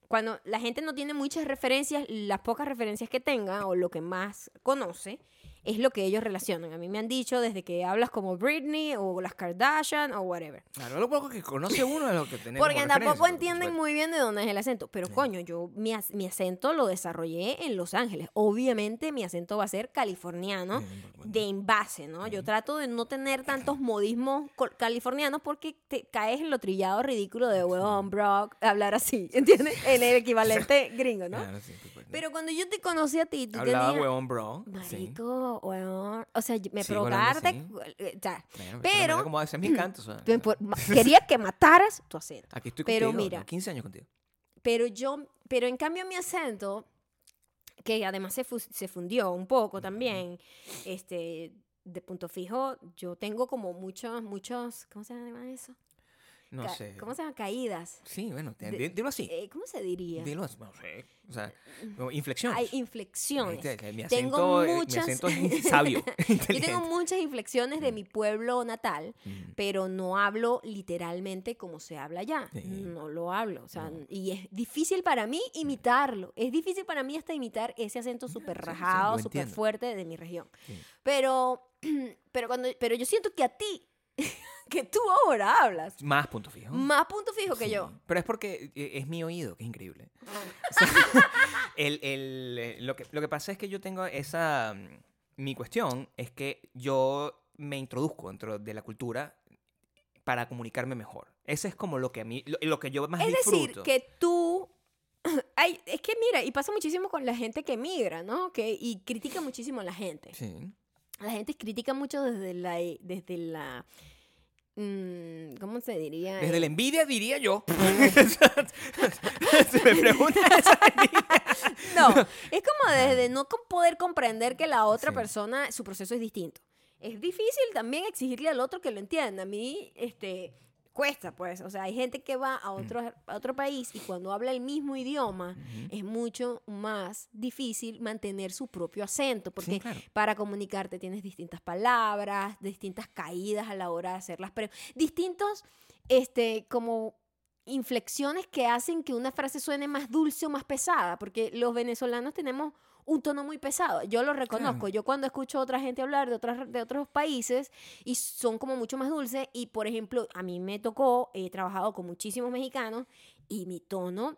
Cuando la gente no tiene muchas referencias, las pocas referencias que tenga o lo que más conoce, es lo que ellos relacionan. A mí me han dicho desde que hablas como Britney o las Kardashian o whatever.
Claro, lo poco que conoce uno es lo que tenemos.
Porque
referencia,
tampoco
por Pues
entienden
supuesto.
muy bien de dónde es el acento. Pero coño, yo mi, ac- mi acento lo desarrollé en Los Ángeles. Obviamente mi acento va a ser californiano
Sí, por supuesto.
de envase, ¿no? Yo trato de no tener
(laughs)
tantos modismos col- californianos porque te caes en lo trillado ridículo de weón, bro, hablar así, (laughs) ¿entiendes? En el
(laughs)
equivalente gringo, ¿no?
Claro, sí, por supuesto.
Pero cuando yo te conocí a ti, tú
Hablaba
tenías...
huevón, bro. Sí.
Marico, weón. O sea, yo- me
Sí,
provocaba
volando,
darte- eh, ya.
Bueno, esa es la manera
Pero
Como
(clears throat)
hacen mis cantos. o sea,
tú empo- ma- quería que mataras tu acento.
Aquí estoy
pero
contigo.
mira.
Mira. 15 años contigo.
Pero yo, pero en cambio mi acento, que además se, fu- se fundió un poco también, este, de punto fijo, yo tengo como muchos, muchos, ¿cómo se llama eso?
No
Ca-
sé.
¿Cómo se llama? Caídas.
Sí, bueno, te-
De-
di- dilo así.
Eh, ¿Cómo se diría?
Dilo así. No sé. O sea, como inflexiones.
Mm. Hay
Este,
inflexiones.
este, Mi acento,
Tengo
eh,
muchas-
mi
(laughs)
acento es sabio.
Yo tengo
(laughs) inteligente.
muchas inflexiones de mi pueblo natal,
Mm.
pero no hablo literalmente como se habla allá.
Sí.
No lo hablo. O sea,
No.
y es difícil para mí imitarlo. Es difícil para mí hasta imitar ese acento súper
sí, sí,
rajado,
lo
súper
entiendo.
fuerte de mi región.
Sí.
Pero, (clears throat) pero, cuando, pero yo siento que a ti, (laughs) que tú ahora hablas,
Más punto fijo.
más punto fijo que
Sí,
yo.
Pero es porque eh, es mi oído, que
(laughs)
es increíble. O sea, (laughs) el- el, eh, lo, que, lo que pasa es que yo tengo esa... mm, Mi cuestión es que yo me introduzco dentro de la cultura para comunicarme mejor. Ese es como lo que a mí, lo, lo que yo más
Es decir,
disfruto.
que tú... (clears throat) Ay, es que mira, y pasa muchísimo con la gente que migra, ¿no? Que, y critica muchísimo a la gente.
Sí.
La gente critica mucho desde la... Desde la mm, ¿Cómo se diría?
Desde la envidia
(laughs)
diría yo. (laughs) si me preguntan esa (laughs)
No, es como desde no co- poder comprender que la otra
Sí.
persona, su proceso es distinto. Es difícil también exigirle al otro que lo entienda. A mí, este, cuesta, pues. O sea, hay gente que va a
Mm.
otro, a otro país y cuando habla el mismo idioma, es mucho más difícil mantener su propio acento. Porque
claro.
para comunicarte tienes distintas palabras, distintas caídas a la hora de hacer las preguntas, distintos, este, como inflexiones que hacen que una frase suene más dulce o más pesada, porque los venezolanos tenemos un tono muy pesado, yo lo reconozco, yo cuando escucho a otra gente hablar de, otras, de otros países y son como mucho más dulces y por ejemplo a mí me tocó, he trabajado con muchísimos mexicanos y mi tono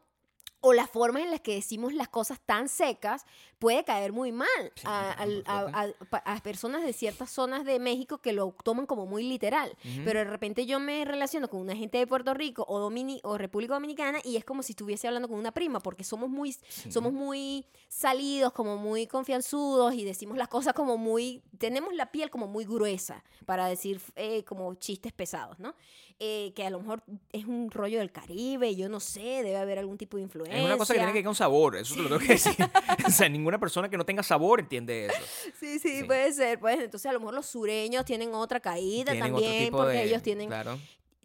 o las formas en las que decimos las cosas tan secas puede caer muy mal
Sí,
a, al- a- a- pa- a personas de ciertas zonas de México que lo toman como muy literal. Pero de repente yo me relaciono con una gente de Puerto Rico o, Domini- o República Dominicana y es como si estuviese hablando con una prima porque somos muy, somos muy salidos, como muy confianzudos y decimos las cosas como muy, tenemos la piel como muy gruesa para decir eh, como chistes pesados, ¿no? Eh, que a lo mejor es un rollo del Caribe, yo no sé, debe haber algún tipo de influencia.
Es una cosa que tiene que quedar un sabor, eso te lo tengo
(laughs)
que decir. o sea, ninguna persona que no tenga sabor entiende eso.
Sí, sí,
Sí.
puede ser. Pues entonces a lo mejor los sureños tienen otra caída
Tienen otro
también
tipo
porque
de-
ellos tienen,
Claro.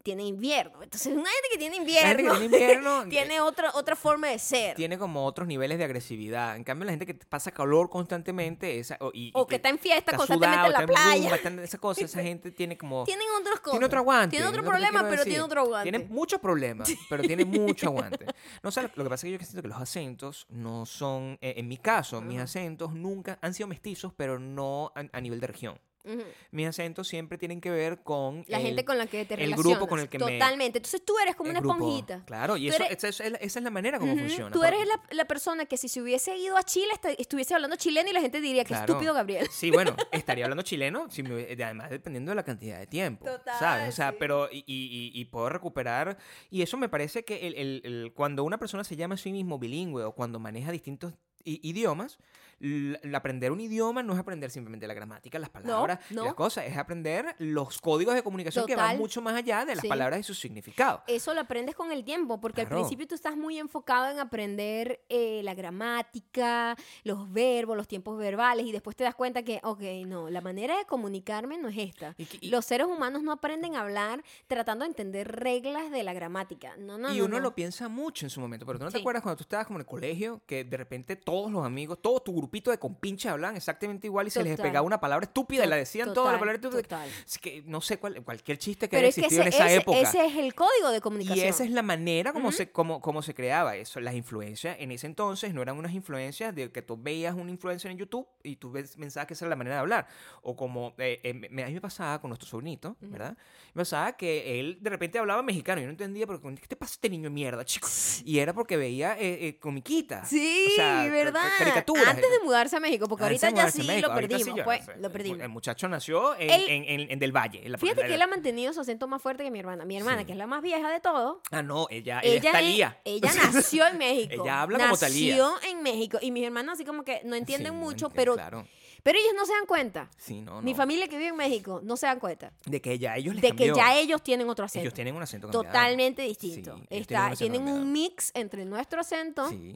tienen invierno. Entonces una gente que tiene
La
(laughs)
gente
invierno
que tiene invierno eh,
tiene otra, otra forma de ser.
tiene como otros niveles de agresividad. En cambio, la gente que pasa calor constantemente esa, o, y,
o
y
que está en fiesta
está
constantemente en
sudado,
la
está en rumba,
playa.
está en esa
(laughs)
cosa, esa gente tiene como...
Tienen otras cosas.
Tiene otro aguante.
Tiene otro
es lo que te
problema,
quiero
pero tiene
decir.
otro aguante.
Tiene muchos problemas,
(laughs)
pero tiene mucho aguante. No sé, lo que pasa es que yo siento que los acentos no son, eh, en mi caso, mis
Ajá.
acentos nunca han sido mestizos, pero no a, a nivel de región.
Ujú.
Mis acentos siempre tienen que ver con...
La
el-
gente con la que te
el
relacionas.
grupo con el que me-
Totalmente. Entonces tú eres como
el
una
grupo.
esponjita.
Claro, y
Tú
eso,
eres-
esa, es, la- esa es la manera como
Ujú.
funciona.
Tú
por-
eres la, la persona que si se hubiese ido a Chile esta- estuviese hablando chileno y la gente diría que
Claro.
estúpido Gabriel.
Sí, bueno, estaría hablando chileno, si me- de- además dependiendo de la cantidad de tiempo.
Total,
¿Sabes? O sea,
sí.
pero. Y, y, y- y puedo recuperar. Y eso me parece que el, el- el- cuando una persona se llama a sí mismo bilingüe o cuando maneja distintos i- idiomas, l- el aprender un idioma no es aprender simplemente la gramática, las palabras, y
no.
las cosas, es aprender los códigos de comunicación que van
Total.
mucho más allá de las
Sí.
palabras y su significado.
Eso lo aprendes con el tiempo, porque al
Claro.
principio tú estás muy enfocado en aprender eh, la gramática, los verbos, los tiempos verbales, y después te das cuenta que, ok, no, la manera de comunicarme no es esta.
Y que- y-
los seres humanos no aprenden a hablar tratando de entender reglas de la gramática. No, no,
y
no,
uno
no.
lo piensa mucho en su momento, pero ¿tú no
Sí.
te acuerdas cuando tú estabas como en el colegio que de repente todos los amigos, todo tu grupito de compinches hablaban exactamente igual y se les
Total.
pegaba una palabra estúpida y la decían todas
Total,
las palabras estúpidas?
total.
Así que no sé cuál, cualquier chiste que
Pero
haya
es que ese,
existido en esa
ese-
época.
ese es el código de
y
comunicación.
esa es la manera como, se, como, como se creaba eso. Las influencias en ese entonces no eran unas influencias de que tú veías una influencia en YouTube y tú ves- pensabas que esa era la manera de hablar. O como eh, eh, me- a mí me pasaba con nuestro sobrinito, ¿verdad? Me pasaba que él de repente hablaba mexicano. Yo no entendía, pero ¿qué te pasa este niño de mierda, chico? Y era porque veía eh, eh, comiquitas.
Sí,
O sea, ca-
¿verdad?
caricaturas. eh.
Antes de mudarse a México, porque
Antes de
ahorita ya
mudarse a
sí
México,
lo
ahorita sí
perdimos.
ya-
pues,
o sea,
lo perdimos.
El muchacho nació en,
Él-
en- en- en Del Valle. en la-
Fíjate que
la-
él ha mantenido su acento más fuerte que mi hermana. Mi hermana,
Sí.
que es la más vieja de todo,
Ah, no, ella, ella,
ella,
es
es-
Thalía.
ella
(laughs)
nació en México.
Ella habla como Thalía.
Nació en México. Y mis hermanos así como que no entienden
Sí,
mucho,
entiendo,
pero,
claro.
pero ellos no se dan cuenta.
Sí, no,
Mi
no.
familia que vive en México no se dan cuenta
De que ya ellos les
de
cambió.
que ya ellos tienen otro acento.
Ellos tienen un acento cambiado.
totalmente
Sí,
distinto.
ellos
Está-
tienen un acento
tienen un
cambiado.
mix entre nuestro acento
Sí.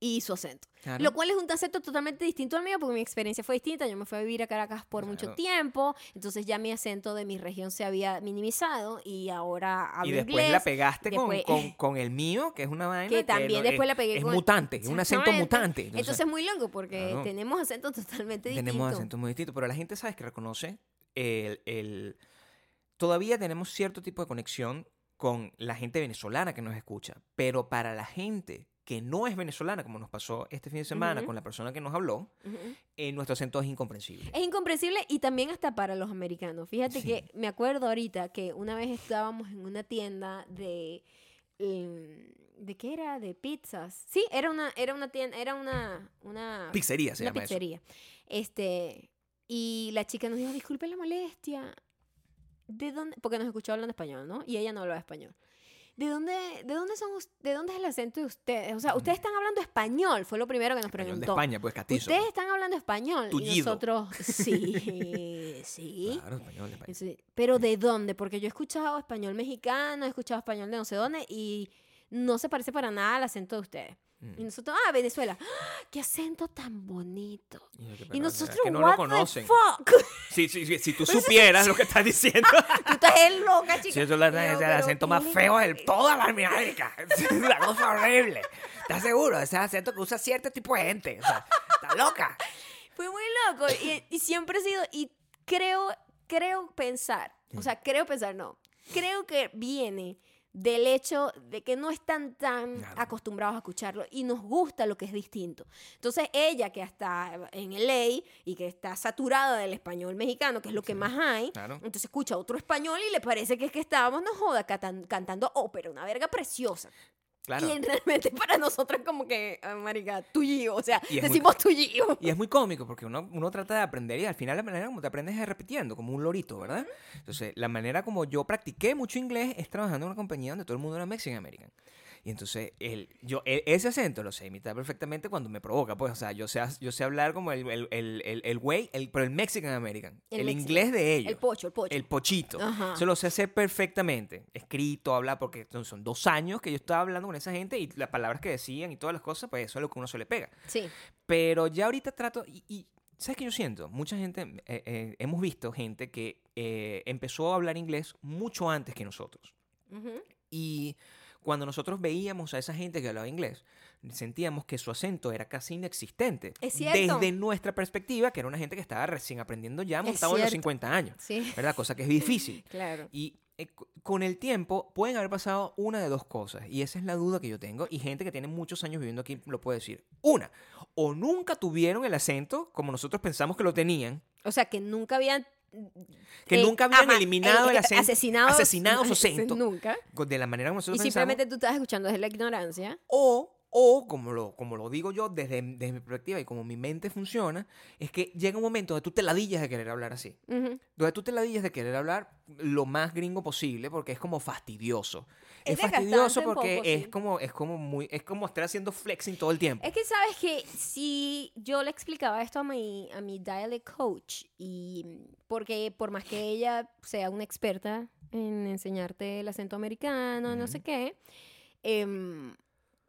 y su acento.
Claro.
Lo cual es un acento totalmente distinto al mío porque mi experiencia fue distinta. Yo me fui a vivir a Caracas por mucho
Claro.
tiempo, entonces ya mi acento de mi región se había minimizado y ahora hablo
Y después
inglés.
la pegaste con-
después- (laughs)
con, con el mío, que es una vaina.
que también
no-
después
es-
la pegué
Es
con-
mutante, es un acento
Exactamente.
mutante.
Entonces, es muy loco porque
Claro.
tenemos acentos (laughs) totalmente distintos.
tenemos acentos muy distintos, pero la gente sabes que reconoce el, el- Todavía tenemos cierto tipo de conexión con la gente venezolana que nos escucha, pero para la gente que no es venezolana, como nos pasó este fin de semana
Ujú.
con la persona que nos habló,
Ujú.
eh, nuestro acento es incomprensible.
Es incomprensible y también hasta para los americanos. Fíjate
Sí.
que me acuerdo ahorita que una vez estábamos en una tienda de em, ¿de qué era? De pizzas. Sí, era una era una tienda, era una una
Pizzería se
Ah, una
llama eso.
pizzería. Este Y la chica nos dijo, disculpe la molestia. ¿De dónde? Porque nos escuchó hablando español, ¿no? Y ella no hablaba español. ¿De dónde, de dónde son us- de dónde es el acento de ustedes? O sea, ustedes están hablando español, fue lo primero que nos
Español de
preguntó.
España, pues catizo.
Ustedes están hablando español y
Tullido. (laughs)
nosotros sí, sí.
Claro, español de España.
Sí, Pero ¿de dónde? Porque yo he escuchado español mexicano, he escuchado español de no sé dónde y no se parece para nada al acento de ustedes. Y
Mm.
nosotros, ah, Venezuela. (gasps) ¡Ah! ¡Qué acento tan bonito!
Y yo, que,
y
pero,
nosotros,
es que no
what
lo conocen.
the fuck? (laughs)
Si, si, si, si tú supieras lo que estás diciendo.
Tú estás loca, chica.
Si eso es la-
Pero,
es el
pero,
acento más
¿qué le-
feo de toda la América. (laughs) Es una cosa horrible. ¿Estás seguro? Ese es el acento que usa cierto tipo de gente. O sea, está loca.
Fue muy loco y, y siempre he sido, y creo, creo pensar, o
Mm.
sea, creo pensar, no, creo que viene del hecho de que no están tan
Claro.
acostumbrados a escucharlo y nos gusta lo que es distinto. Entonces ella que está en LA y que está saturada del español mexicano, que es lo que más hay,
claro.
entonces escucha otro español y le parece que es que estábamos, no joda, catan- cantando ópera, una verga preciosa.
Claro.
Y en- realmente (laughs) para nosotros como que, ah, marica, tuyo, o sea,
Y es muy-
decimos tuyo.
Y es muy cómico porque uno, uno trata de aprender y al final la manera como te aprendes es repitiendo, como un lorito, ¿verdad? Entonces, la manera como yo practiqué mucho inglés es trabajando en una compañía donde todo el mundo era Mexican American. Y entonces, el, yo, e- ese acento lo sé imitar perfectamente cuando me provoca, pues, o sea, yo sé, yo sé hablar como el el- el- el- el güey, el, pero el Mexican American,
El
el,
Mexican,
inglés de ellos.
El pocho, el pocho.
El pochito.
Ajá.
Se lo sé hacer perfectamente. Escrito, hablar, porque son- son dos años que yo estaba hablando con esa gente y las palabras que decían y todas las cosas, pues eso es lo que uno se le pega.
Sí.
Pero ya ahorita trato, y, y, ¿sabes qué yo siento? Mucha gente, eh, eh, hemos visto gente que eh, empezó a hablar inglés mucho antes que nosotros.
Ujú.
Y cuando nosotros veíamos a esa gente que hablaba inglés, sentíamos que su acento era casi inexistente.
Es cierto.
Desde nuestra perspectiva, que era una gente que estaba recién aprendiendo ya,
Es
montado en los
cierto.
50 años.
Sí,
¿Verdad? Cosa que es difícil.
claro.
Y eh, c- con el tiempo pueden haber pasado una de dos cosas. Y esa es la duda que yo tengo. Y gente que tiene muchos años viviendo aquí lo puede decir. Una, o nunca tuvieron el acento como nosotros pensamos que lo tenían.
O sea, que nunca habían...
Que
eh,
nunca habían
ama-
eliminado el, acento.
Asesinado,
asesinado su acento.
Nunca.
co- De la manera
Y
como nosotros pensamos.
simplemente tú estás escuchando desde la ignorancia.
O, o como, lo, como lo digo yo desde, desde mi perspectiva y como mi mente funciona, es que llega un momento donde tú te ladillas de querer hablar así.
Ujú.
Donde tú te ladillas de querer hablar lo más gringo posible porque es como fastidioso.
Es
Es,
desgastante
fastidioso
un
porque
poco,
es
sí.
como es como muy es como estar haciendo flexing todo el tiempo.
Es que sabes que si yo le explicaba esto a mi, a mi dialect coach, y porque por más que ella sea una experta en enseñarte el acento americano, no
Ujú.
sé qué, em,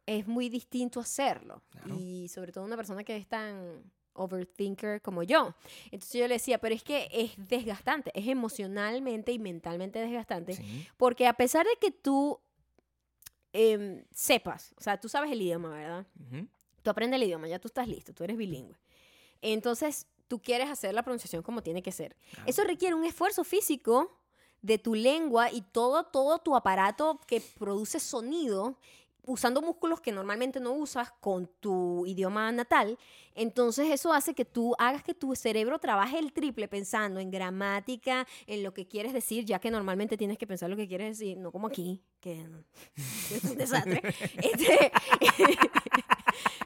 es muy distinto hacerlo.
Claro.
Y sobre todo una persona que es tan overthinker como yo. Entonces yo le decía, pero es que es desgastante, es emocionalmente y mentalmente desgastante.
Sí.
Porque a pesar de que tú em, sepas, o sea, tú sabes el idioma, ¿verdad?
Ujú.
tú aprendes el idioma, ya tú estás listo, tú eres bilingüe. Entonces, tú quieres hacer la pronunciación como tiene que ser.
Claro.
Eso requiere un esfuerzo físico de tu lengua y todo, todo tu aparato que produce sonido usando músculos que normalmente no usas con tu idioma natal. Entonces eso hace que tú hagas que tu cerebro trabaje el triple pensando en gramática, en lo que quieres decir, ya que normalmente tienes que pensar lo que quieres decir, no como aquí, que es un
(laughs)
desastre. Este, (laughs)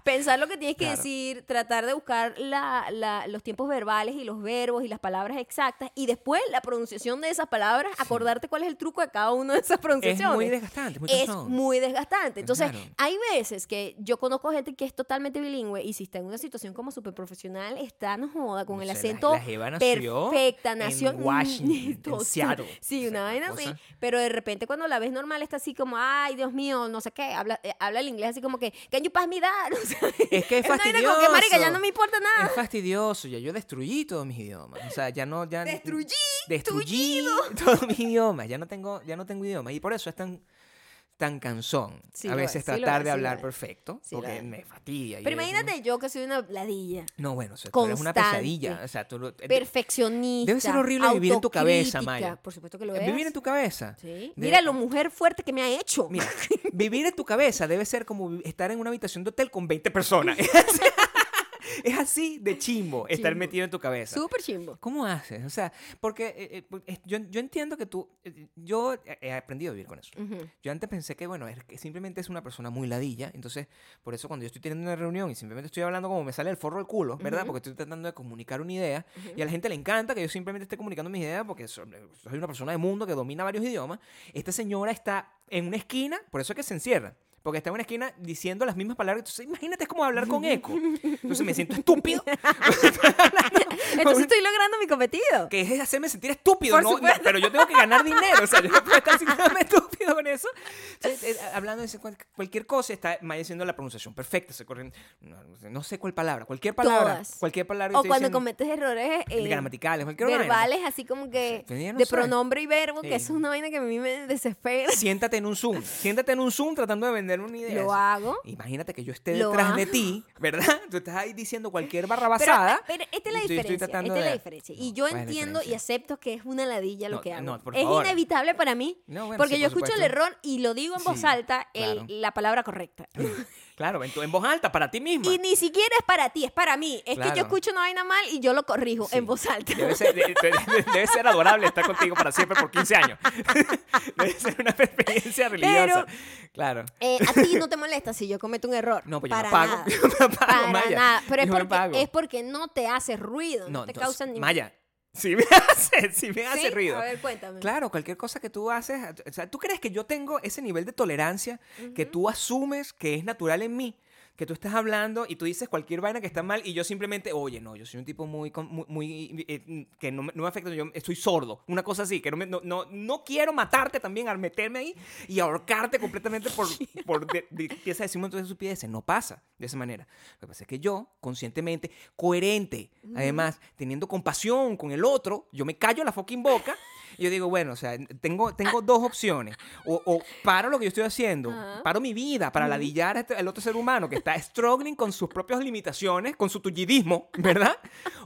pensar lo que tienes que
Claro.
decir, tratar de buscar la- la- los tiempos verbales y los verbos y las palabras exactas y después la pronunciación de esas palabras, acordarte cuál es el truco de cada una de esas
Es
pronunciaciones
muy desgastante, muy
eh. es
cansón.
muy desgastante. Entonces,
Claro.
hay veces que yo conozco gente que es totalmente bilingüe y si está en una situación como súper profesional, está no joda con
No
el
sé, la-
acento
la jeva nació
perfecta,
en
nació en
Washington, en
total.
Seattle.
Sí,
O sea,
una
una
vaina así.
cosa-
Pero de repente cuando la ves normal está así como, ay, Dios mío, no sé qué, habla, eh, habla el inglés así como que, can you pass me that? (laughs) O sea,
Es que es
una vaina como que, marica, ya
fastidioso.
no me importa nada.
Es fastidioso, ya yo destruí todos mis idiomas. O sea, ya no
(laughs)
ya
Destruí,
destruí (laughs) todos mis idiomas, ya no tengo ya no tengo idiomas y por eso es tan tan cansón
Sí
a
lo
veces
es, sí lo
tratar
es, sí
de
lo
hablar
es.
perfecto
Sí lo
porque
es.
me fastidia. y
Pero
es-
imagínate yo que soy una ladilla.
No, bueno, o sea, tú eres una
Constante.
pesadilla. O sea, tú lo- eh,
Perfeccionista.
Debe ser horrible vivir en tu cabeza,
autocrítica.
Maya.
Por supuesto que lo es.
eh, Vivir en tu cabeza.
Sí.
Debe-
Mira lo mujer fuerte que me ha hecho. (laughs)
Mira, (laughs) vivir en tu cabeza debe ser como vi- estar en una habitación de hotel con 20 personas. es así de chimbo estar
Chimbo.
metido en tu cabeza.
Súper chimbo.
¿Cómo haces? O sea, porque eh, eh, por- es- yo, yo entiendo que tú, eh, yo he- he aprendido a vivir con eso. (laughs)
Ujú.
Yo antes pensé que, bueno, es que simplemente es una persona muy ladilla. Entonces, por eso cuando yo estoy teniendo una reunión y simplemente estoy hablando como me sale el forro del culo, ¿verdad?
Ujú.
Porque estoy tratando de comunicar una idea. Y a la gente le encanta que yo simplemente esté comunicando mis ideas porque so- soy una persona de mundo que domina varios idiomas. Esta señora está en una esquina, por eso es que se encierra. Porque está en una esquina diciendo las mismas palabras. Entonces, imagínate, es como hablar con eco. Entonces, me siento estúpido.
Entonces estoy logrando mi cometido.
que es hacerme sentir estúpido,
Por
no,
supuesto.
no, pero yo tengo que ganar dinero, o sea, yo no puedo
(laughs)
estar sintiéndome estúpido con eso. Entonces, eh, hablando de ese cual- cualquier cosa, está Maya haciendo la pronunciación perfecta, se corren, no, no sé- no sé cuál palabra, cualquier palabra,
Todas.
cualquier palabra,
O
estoy
cuando
diciendo,
cometes errores eh,
gramaticales, cualquier vaina.
verbales, así como que
Sí, pues ya no
de
sé.
pronombre y verbo,
Sí.
que eso es una vaina que a mí me desespera. (laughs)
Siéntate en un Zoom, siéntate en un Zoom tratando de vender una idea.
Lo hago.
Imagínate que yo esté
Lo
detrás de
hago.
ti, ¿verdad? Tú estás ahí diciendo cualquier barra
Pero, ah, eh,
basada.
pero esta es la
y yo estoy
diferencia. Esta
tratando
es la
de-
diferencia. Y
No,
yo
¿cuál es la
entiendo y
diferencia?
acepto que es una ladilla lo
No,
que hago.
no, por
es
favor.
inevitable para mí.
No, bueno,
porque
sí,
yo
por
escucho el
supuesto.
error y lo digo en voz
Sí,
alta el-
claro.
la palabra correcta.
Claro, en, tu- en voz alta, para ti misma.
Y ni siquiera es para ti, es para mí. Es que
Claro.
yo escucho una vaina mal y yo lo corrijo
Sí.
en voz alta.
Debe ser, de- de- debe ser adorable estar contigo para siempre por 15 años. (laughs) Debe ser una experiencia religiosa. claro.
Eh, a ti no te molesta si yo cometo un error.
No, pues yo
para
me pago.
nada.
(laughs) Yo me pago,
Para
Maya.
nada. Pero es
Yo me pago.
porque, es porque no te hace ruido, no, te
entonces,
causa ningún
Maya, si me (laughs) hace, si me hace
¿Sí?
ruido.
A ver, cuéntame.
Claro, cualquier cosa que tú haces, o sea, ¿tú crees que yo tengo ese nivel de tolerancia que tú asumes que es natural en mí? Que tú estás hablando y tú dices cualquier vaina que está mal y yo simplemente, oye, no, yo soy un tipo muy, con- muy, muy, eh, que no, me- no me afecta, yo estoy sordo, una cosa así, que no, me- no, no, no quiero matarte también al meterme ahí y ahorcarte completamente por, por de, de- empieza a decir un montón de estupideces. No pasa de esa manera. Lo que pasa es que yo, conscientemente, coherente, además, teniendo compasión con el otro, yo me callo la fucking boca y yo digo, bueno, o sea, tengo, tengo dos opciones. O, o paro lo que yo estoy haciendo,
Ajá.
paro mi vida para ladillar a este- al otro ser humano que está struggling con sus propias limitaciones, con su tullidismo, ¿verdad?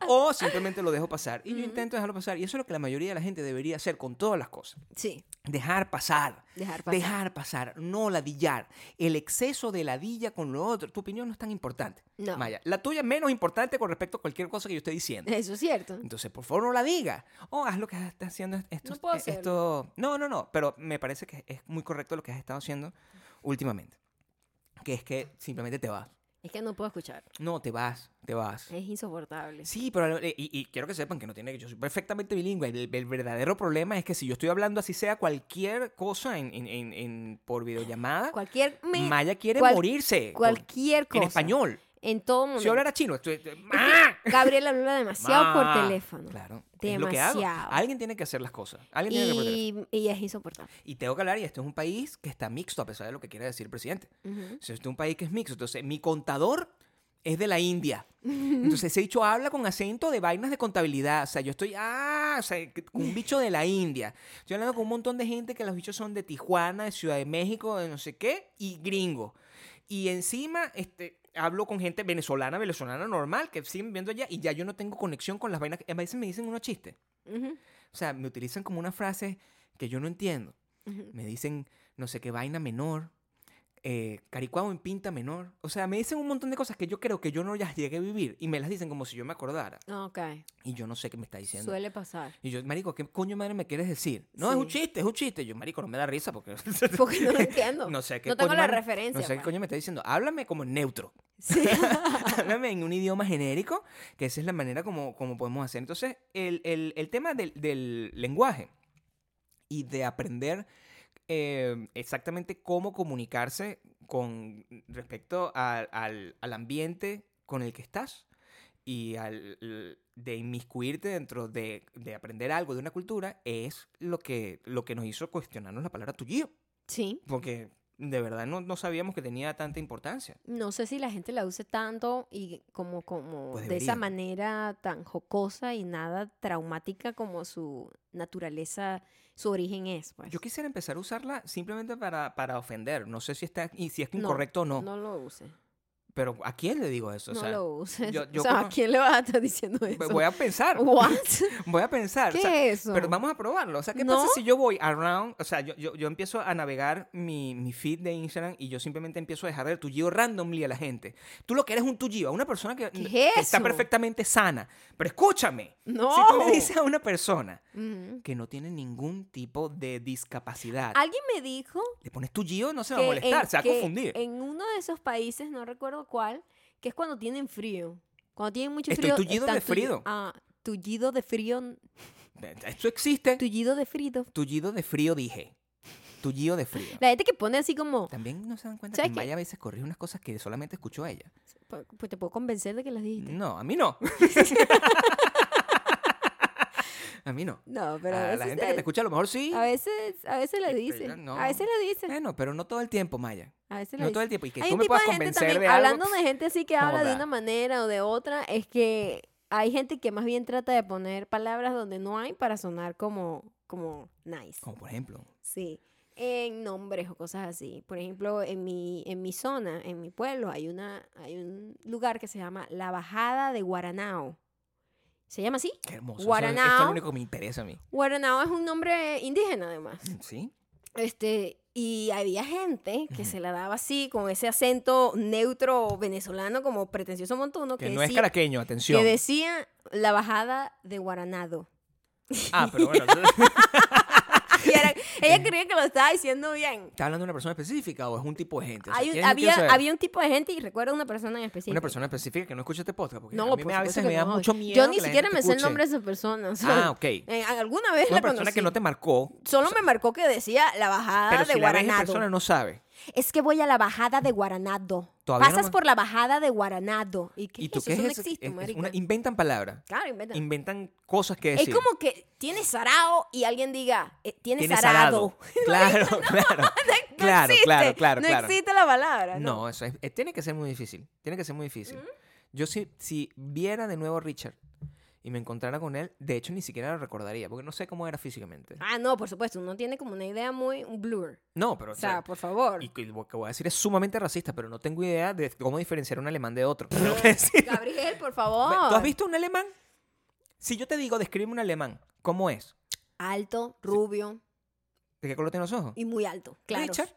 O simplemente lo dejo pasar. Y yo intento dejarlo pasar. Y eso es lo que la mayoría de la gente debería hacer con todas las cosas.
Sí,
Dejar pasar.
dejar pasar.
Dejar pasar, no ladillar. El exceso de ladilla con lo otro. Tu opinión no es tan importante.
No.
Maya, la tuya es menos importante con respecto a cualquier cosa que yo
(laughs)
esté diciendo.
Eso es cierto.
Entonces, por favor, no la diga. O haz lo que estás haciendo. Esto,
No puedo
eh,
hacerlo.
esto- No, no, no. Pero me parece que es muy correcto lo que has estado haciendo últimamente. Que es que simplemente te vas.
Es que no puedo escuchar.
No, te vas, te vas.
Es insoportable.
Sí, pero eh, y, y quiero que sepan que no tiene que yo soy perfectamente bilingüe. El, el verdadero problema es que si yo estoy hablando así sea cualquier cosa en, en- en- en- por videollamada,
Cualquier me-
Maya quiere
cual-
morirse. por-
cualquier cosa.
en español.
En todo
Si yo
momento.
hablara (laughs) chino, estoy- ¡Ah!
Gabriela habla demasiado
Ma.
por teléfono.
Claro. es lo que hago.
Demasiado.
Alguien tiene que hacer las cosas. Alguien tiene que por teléfono.
Y, y es insoportable.
Y tengo que hablar, y esto es un país que está mixto, a pesar de lo que quiera decir el presidente.
Ujú.
Si este es un país que es mixto. Entonces, mi contador es de la India. Entonces, ese dicho habla con acento de vainas de contabilidad. O sea, yo estoy, ah, o sea, que- un bicho de la India. Estoy hablando con un montón de gente que los bichos son de Tijuana, de Ciudad de México, de no sé qué, y gringo. Y encima, este, hablo con gente venezolana, venezolana normal, que siguen viviendo allá, y ya yo no tengo conexión con las vainas. que- A veces me dicen unos chistes.
Ujú.
O sea, me utilizan como una frase que yo no entiendo.
Ujú.
Me dicen no sé qué vaina menor. Eh, caricuao en pinta menor. O sea, me dicen un montón de cosas que yo creo que yo no las llegué a vivir y me las dicen como si yo me acordara.
Ok.
Y yo no sé qué me está diciendo.
Suele
(laughs)
pasar.
Y yo, marico, ¿qué coño madre me quieres decir? No, es
Sí.
un chiste, es un chiste. Yo, marico, no me da risa porque...
(laughs) Porque
(laughs)
no lo entiendo.
no sé qué
No tengo
coño
la
madre-
referencia.
No sé qué
pues.
coño me está diciendo. Háblame como en neutro.
Sí. (laughs)
Háblame en un idioma genérico, que esa es la manera como, como podemos hacer. Entonces, el, el- el tema del, del lenguaje y de aprender eh, exactamente cómo comunicarse con respecto a- al, al ambiente con el que estás y al l- de inmiscuirte dentro de, de aprender algo de una cultura es lo que, lo que nos hizo cuestionarnos la palabra tuyo.
Sí.
Porque de verdad no, no sabíamos que tenía tanta importancia.
No sé si la gente la use tanto y como, como
Pues
de
debería.
esa manera tan jocosa y nada traumática como su naturaleza, su origen es. Pues.
Yo quisiera empezar a usarla simplemente para, para ofender. No sé si está y si es
No,
incorrecto o no.
No lo use.
pero ¿a quién le digo eso? O
no
sea,
lo uses. (laughs)
yo- yo
o sea, ¿a
cono-
quién le vas a estar diciendo eso?
voy a pensar.
(laughs)
(laughs)
What?
Voy a pensar.
¿Qué
o sea,
es eso?
Pero vamos a probarlo. O sea, ¿qué
¿No?
pasa si yo voy around? O sea, yo, yo, yo empiezo a navegar mi, mi feed de Instagram y yo simplemente empiezo a dejar el tullido randomly a la gente. Tú lo que eres es un tullido, a una persona que,
¿Qué es
que está
eso?
perfectamente sana. Pero escúchame.
No.
Si tú le dices a una persona
(laughs) Ujú.
que no tiene ningún tipo de discapacidad,
Alguien me dijo
le pones tullido, no se va a
que,
molestar,
en,
se va a
que
confundir.
en uno de esos países, no recuerdo cuál, que es cuando tienen frío. Cuando tienen mucho
Estoy
frío.
tullido
están
de frío.
tulli- Ah, tullido de frío.
Esto Eh, existe.
Tullido de frío.
Tullido de frío, dije. Tullido de frío.
La gente que pone así como,
También no se dan cuenta que
¿Sabes qué?
Maya a veces corrige unas cosas que solamente escuchó ella.
"Pa- pues te puedo convencer de que las dijiste.
No, a
(laughs)
mí no. a mí no.
No, pero a
a
veces,
Ah, la gente que te escucha a lo mejor sí.
a veces, a veces la
Pero
dicen.
no.
A veces la dicen.
Bueno, pero no todo el tiempo, Maya.
A veces la
No todo
dicen.
el tiempo. Y que
Hay
tú
un
me
tipo de
puedas
gente
convencer
también,
de
hablando
algo.
de gente así que
no
habla de
da.
una manera o de otra, es que hay gente que más bien trata de poner palabras donde no hay para sonar como, como nice.
Como por ejemplo.
Sí. En nombres o cosas así. Por ejemplo, en mi, en mi zona, en mi pueblo, hay, una, hay un lugar que se llama La Bajada de Guaranao. ¿Se llama así?
Qué hermoso. Eso-
Guaranao.
Esto es lo único que me interesa a mí.
Guaranao es un nombre indígena, además.
¿Sí?
Este, y había gente que
Ujú.
se la daba así, con ese acento neutro venezolano, como pretencioso montuno, que,
Que no es
decía,
caraqueño, atención.
que decía la bajada de
(laughs)
Guaranado. (laughs)
Ah, pero bueno.
Y era-
Eh.
ella creía que lo estaba diciendo bien.
(laughs) ¿Está hablando de una persona específica o es un tipo de gente? O sea,
Hay un-
¿quién- quién sabe?
había, había un tipo de gente, y recuerdo una persona en específico.
Una persona específica que no escucha este podcast. Porque
No,
a mí
por
me, a
supuesto
veces
que
me da
no.
mucho miedo.
Yo
que
ni
la
siquiera
gente
me sé el
escuche.
nombre de esa persona. o sea, (laughs)
Ah, ok.
en- alguna vez
Una
la
persona
conocí.
que no te marcó.
Solo me marcó que decía la bajada
Pero
de
si la ves en
Guaranado.
persona no sabe.
Es que voy a la bajada de Guaranado.
Todavía no
Pasas
me-
por la bajada de Guaranado. ¿Y qué
¿Y tú
es eso?
qué es
Eso no
eso?
existe,
Es- es
marica.
una- inventan palabras.
Claro, inventa.
Inventan cosas que
Es
decir.
como que tienes sarao y alguien diga, eh, tienes,
Tienes
sarado.
salado.
(laughs)
Claro, (laughs) claro.
No
Claro,
existe,
claro, claro,
No
claro.
existe la palabra. No.
No, eso es- eh, tiene que ser muy difícil. Tiene que ser muy difícil. Yo si, si viera de nuevo a Richard y me encontrara con él, de hecho ni siquiera lo recordaría, porque no sé cómo era físicamente.
Ah, no, por supuesto. Uno tiene como una idea muy, un blur.
No, pero...
O sea, por favor.
y que lo que voy a decir es sumamente racista, pero no tengo idea de cómo diferenciar un alemán
(laughs)
de otro. Tengo que decir.
Gabriel, por
(laughs) Ve,
favor.
¿Tú has visto un alemán? Si yo te digo, describe un alemán, ¿cómo es?
Alto, rubio
¿De qué color tiene los ojos?
y muy alto. Claro. (laughs)
Richard.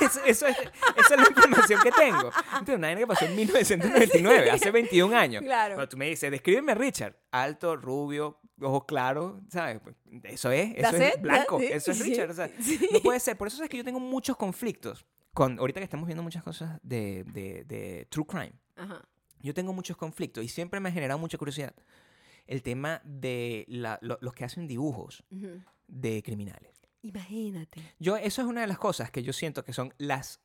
eso, eso es, esa es la información que tengo. Entonces, una vaina que pasó en 1999, hace 21 años.
Claro.
Cuando tú me dices, descríbeme a Richard. Alto, rubio, ojos claros, ¿sabes? Pues, Eso es, eso
That's
es
it,
blanco,
that's it,
eso
(laughs)
es
sí,
Richard. o sea, No
(laughs)
puede ser. Por eso es que yo tengo muchos conflictos. Con, ahorita que estamos viendo muchas cosas de, de- de true crime,
Ajá.
yo tengo muchos conflictos y siempre me ha generado mucha curiosidad el tema de la- lo- los que hacen dibujos
Ujú.
de criminales.
Imagínate.
Yo, eso es una de las cosas que yo siento que son las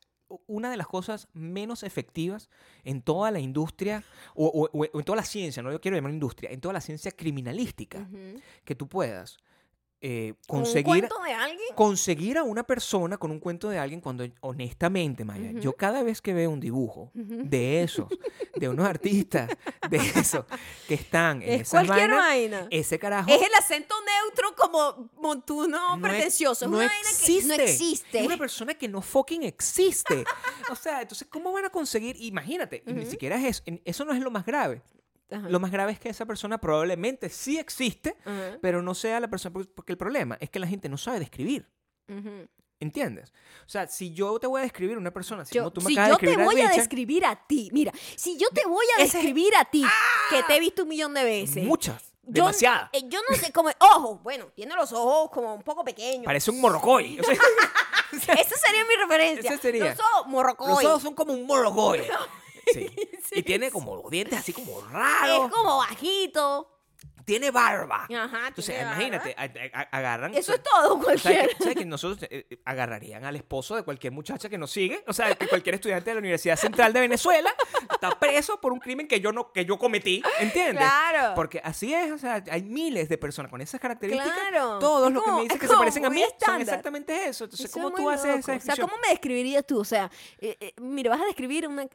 una de las cosas menos efectivas en toda la industria o, o- o- o en toda la ciencia, no lo quiero llamar industria, en toda la ciencia criminalística,
Ujú.
que tú puedas eh,
¿Con
conseguir
¿Un cuento de alguien?
conseguir a una persona con un cuento de alguien cuando honestamente, Maya,
Ujú.
yo cada vez que veo un dibujo
Ujú.
de esos, de unos artistas, de esos que están en
Es
esas
cualquier
vainas,
vaina.
ese carajo
Es el acento neutro como montuno
no
pretencioso. Es
no
una vaina que no existe.
Es una persona que no fucking existe. o sea, entonces, ¿cómo van a conseguir? Imagínate, y ni
Ujú.
siquiera es eso. en- Eso no es lo más grave.
Ajá,
Lo más grave es que esa persona probablemente sí existe,
ajá,
pero no sea la persona. porque- Porque el problema es que la gente no sabe describir.
ujú.
¿Entiendes? O sea, si yo te voy a describir una persona, si
Yo-
no, tú me
si
acabas de
yo te
describir a
voy a
Richard,
describir a ti, mira, si yo te voy a
ese es- Ah.
describir a ti, que te he visto un millón de veces.
muchas,
yo,
demasiadas.
eh, yo no sé cómo. Ojos, bueno, tiene los ojos como un poco pequeños.
Parece un morrocoy. O sea,
(laughs) Esa sería mi referencia.
Ese sería.
Los ojos, morrocoy.
los ojos son como un morrocoy.
(laughs)
Sí. y tiene como los dientes así como raros.
Es como bajito.
Tiene barba.
Ajá,
Entonces,
tiene barba.
imagínate, a- a- a- agarran.
Eso
Mm, o
es todo,
sea, ¿sabes
cualquiera.
que, sabes que nosotros eh, eh, agarrarían al esposo de cualquier muchacha que nos sigue? O sea, que cualquier estudiante de la Universidad Central de Venezuela está preso por un crimen que yo no que yo cometí, ¿entiendes?
Claro.
Porque así es, o sea, hay miles de personas con esas características.
Claro.
Todos
Es
los
como-
que me dicen
es
que se
como
parecen a
muy
mí son
estándar.
exactamente eso. Entonces,
Eso es
¿cómo
muy
tú haces
loco.
esa
O sea,
descripción?
¿cómo me describirías tú? O sea, eh, eh, mira, vas a describir una...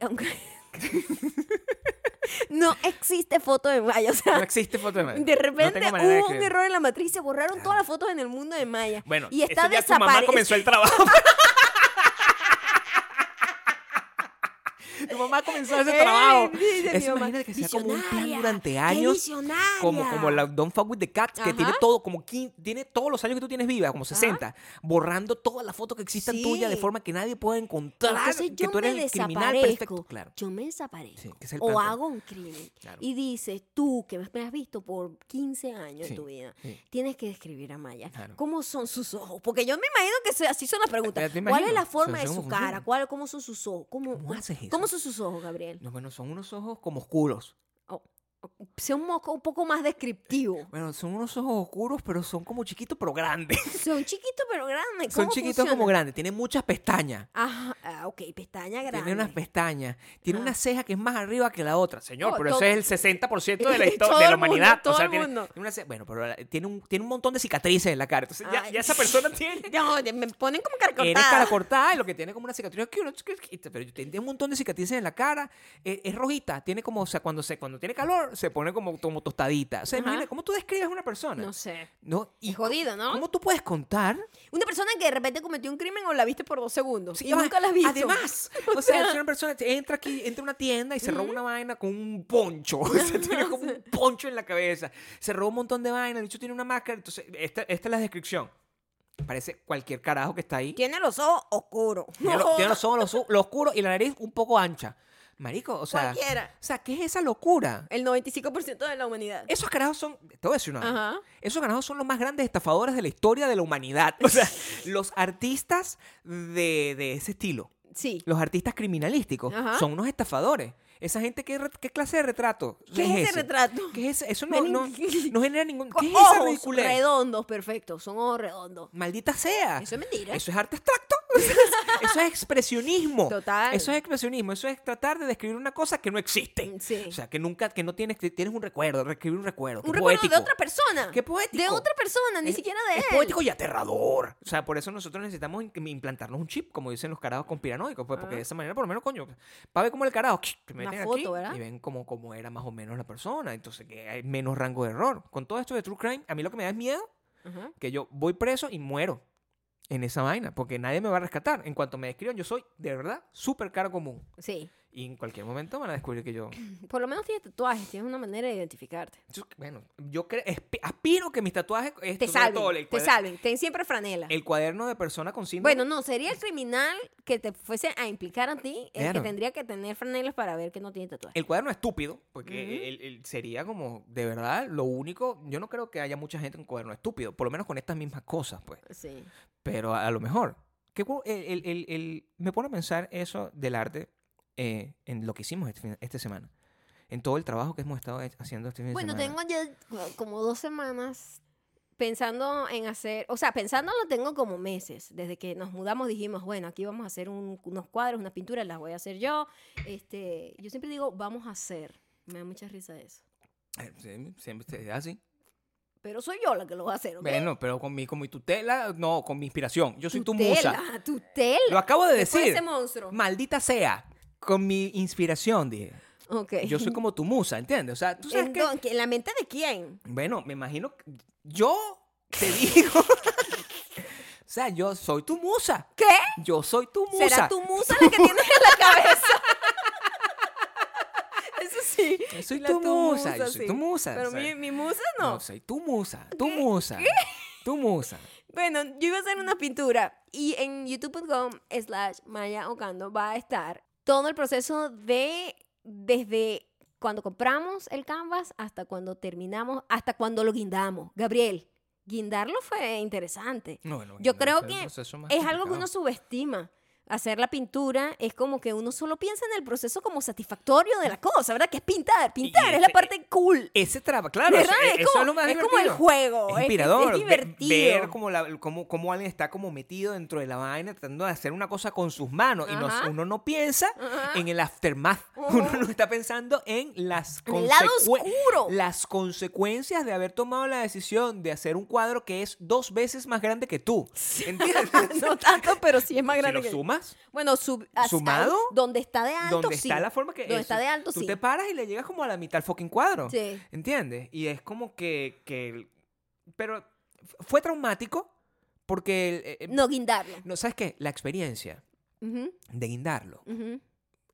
(laughs) no existe foto de Maya. O
No
sea,
existe foto de madre.
de
No
repente
tengo manera de
hubo un
describir.
error en la matriz. Se borraron todas las fotos en el mundo de Maya.
Bueno,
y está (laughs)
eso ya tu mamá
desaparecida.
comenzó el trabajo. Mi mamá comenzó ese
Ey,
trabajo.
dice mi
Eso
mamá,
imagínate que sea como un plan
"Visionaria,
durante
qué
años.
visionaria".
Como, como la Don't Fuck With The Cats, que tiene
Ajá.
todo, como quin- tiene todos los años que tú tienes viva, como 60, borrando todas las fotos que existan
Sí.
tuyas de forma que nadie pueda encontrar
Entonces
que
yo
tú eres
me
el criminal
desaparezco.
perfecto. Claro.
Yo me desaparezco.
Sí, que es el
o
plan.
hago un crimen.
Claro.
Y dices, tú que me has visto por 15 años
Sí,
de tu vida,
sí.
tienes que describir a Maya.
Claro.
¿Cómo son sus ojos? Porque yo me imagino que se- así son las preguntas. ¿Cuál
te
es
imagino,
la forma
o sea,
de
¿cómo
su
funciona?
cara? ¿Cuál, ¿Cómo son sus ojos? ¿Cómo,
¿Cómo haces eso?
cómo son sus ojos, Gabriel?
No, bueno, son unos ojos como oscuros.
Oh, oh, sea un, moco, un poco más
(laughs)
descriptivo.
Bueno, son unos ojos oscuros, pero son como chiquitos, pero grandes. (laughs)
Son chiquitos pero grandes.
Son
¿Cómo
chiquitos
funciona?
como grandes. Tienen muchas pestañas.
Ajá, ah, ok, pestaña grande.
Tiene unas pestañas. Tiene
Ah.
una ceja que es más arriba que la otra. Señor,
Oh,
pero
todo-
eso es el
(laughs)
60% de la
Todo
historia de
el
la humanidad.
mundo, todo
o sea,
el
tiene,
mundo.
tiene una ce- bueno, pero la- tiene un, tiene un montón de cicatrices en la cara. Entonces, ya,
Ay.
ya esa
(laughs)
persona (laughs) tiene.
(laughs) No, de- me ponen como cara
Eres
cortada.
cara cortada y lo que tiene como una cicatriz aquí, uno- pero tiene un montón de cicatrices en la cara, eh, es, rojita, tiene como, o sea, cuando, se, cuando tiene calor se pone como, como tostadita. O sea,
Ajá.
imagina, ¿cómo tú describes a una persona?
No sé.
¿No?
Es jodido, ¿no?
¿Cómo tú puedes contar?
Una persona que de repente cometió un crimen o la viste por dos segundos
Sí,
y nunca la has visto.
Además, o sea,
(laughs)
si una persona entra aquí, entra a una tienda y se roba una vaina con un poncho. (laughs) O
(laughs)
sea, tiene como un poncho en la cabeza. Se roba un montón de vainas, el bicho tiene una máscara. Entonces, esta, esta es la descripción. Parece cualquier carajo que está ahí.
Tiene los ojos oscuros.
(laughs) Tiene, lo- tiene los ojos los, los oscuros y la nariz un poco ancha. Marico, o sea.
Cualquiera.
O sea, ¿qué es esa locura?
El 95% de la humanidad.
Esos carajos son. Te voy a decir una vaina.
Ajá.
Esos carajos son los más grandes estafadores de la historia de la humanidad.
(laughs)
O sea, los artistas de, de ese estilo.
Sí.
los artistas criminalísticos
Ajá.
son unos estafadores. Esa gente, ¿qué, re- qué clase de retrato?
¿Qué es ese retrato?
¿Qué es ese? Eso no,
Ven-
no, no genera ningún...
Co-
¿Qué es esa
ojos
ridiculez?
redondos, perfecto. Son ojos redondos.
Maldita sea.
Eso es mentira.
Eso es arte abstracto. (laughs) eso es expresionismo.
Total.
Eso es expresionismo. Eso es tratar de describir una cosa que no existe.
Sí.
O sea, que nunca, que no tienes, que tienes un recuerdo, reescribir un recuerdo.
Un
Qué
recuerdo de
poético.
otra persona.
Qué poético.
De otra persona, ni
Es-
siquiera de
es
él.
poético y aterrador. O sea, por eso nosotros necesitamos in- implantarnos un chip, como dicen los carajos conspiranoicos, pues, porque
Ah.
de esa manera, por lo menos, coño, para ver cómo el carajo, te
Una
meten aquí
foto, ¿verdad?
y ven cómo, cómo era más o menos la persona. Entonces, que hay menos rango de error. Con todo esto de True Crime, a mí lo que me da es miedo
Ajá.
que yo voy preso y muero en esa vaina, porque nadie me va a rescatar. En cuanto me describan, yo soy, de verdad, súper cara común.
Sí.
Y en cualquier momento van a descubrir
(clears throat)
que yo...
Por lo menos tienes tatuajes, tienes una manera de identificarte.
yo- bueno, yo cre- esp- aspiro que mis tatuajes...
Te
esto, sobre todo el
salven, te
cuader-
salven. Ten siempre franela.
El cuaderno de persona con síndrome...
Bueno, no, sería el criminal que te fuese a implicar a ti el
Claro.
que tendría que tener franelas para ver que no tiene tatuaje.
El cuaderno estúpido, porque
Ujú.
el- el- sería como, de verdad, lo único. Yo no creo que haya mucha gente en cuaderno estúpido, por lo menos con estas mismas cosas, pues.
Sí.
Pero a, a lo mejor. ¿Qué cu- el- el- el- el- me pone a pensar eso del arte eh, en lo que hicimos este fin- esta semana. En todo el trabajo que hemos estado he- haciendo este fin
Bueno,
de semana.
tengo ya co- como dos semanas pensando en hacer, o sea, pensándolo tengo como meses. Desde que nos mudamos dijimos, bueno, aquí vamos a hacer un- unos cuadros, unas pinturas, las voy a hacer yo. Este, yo siempre digo, vamos a hacer. Me da mucha risa eso.
Eh, sí, Siempre se da así.
Pero soy yo la que lo va a hacer. ¿ok?
Bueno, pero con mi, con mi tutela, no, con mi inspiración. Yo soy tu,
Tutela,
musa.
tutela.
Lo acabo de
¿Qué fue
decir.
ese monstruo.
Maldita sea. Con mi inspiración, dije.
Ok.
Yo
(laughs)
soy como tu musa, ¿entiendes? O sea, tú sabes que...
Entonces, ¿En la mente de quién?
Bueno, me imagino... que- Yo te (laughs) digo... o sea, yo soy tu musa.
¿Qué?
Yo soy tu musa.
¿Será tu musa la que tienes en la cabeza? (laughs) Eso sí.
Yo soy
la
tu musa, yo soy
sí.
tu musa.
Pero
o sea,
mi, mi musa no.
No, soy tu musa, tu musa. Tu musa.
Bueno, yo iba a hacer una pintura y en youtube.com slash maya ocando va a estar todo el proceso de desde cuando compramos el canvas hasta cuando terminamos, hasta cuando lo guindamos. Gabriel, guindarlo fue interesante.
No, bueno,
Yo
no,
creo
es el
que
proceso más
es algo que
complicado.
uno subestima. Hacer la pintura es como que uno solo piensa en el proceso como satisfactorio de la cosa, ¿verdad? Que es pintar. Pintar es la
ese-
parte cool.
Ese trabajo, claro,
¿Verdad?
eso,
Es
eso
como-
es lo más
es como
divertido.
el juego, es-
es
es
inspirador, ve-
divertido.
ver cómo, la- cómo- cómo alguien está como metido dentro de la vaina tratando de hacer una cosa con sus manos y no-
Ajá.
uno no piensa
Ajá.
en el aftermath,
Ah. Ujú.
uno no está pensando en las
En el lado
consecu-
oscuro.
las consecuencias de haber tomado la decisión de hacer un cuadro que es dos veces más grande que tú, ¿entiendes?
(laughs) no tanto, pero sí es más
si
grande.
lo
que-
sumas,
Bueno, sub- as-
¿Sumado?
ahí, donde está de alto,
donde
sí.
está la forma que
Donde
eso,
está de alto,
tú
sí.
te paras y le llegas como a la mitad al fucking cuadro
Sí.
¿entiendes? y es como que, que- pero f- fue traumático porque eh, eh,
No guindarlo.
no sabes qué la experiencia
Ujú,
de guindarlo
ujú.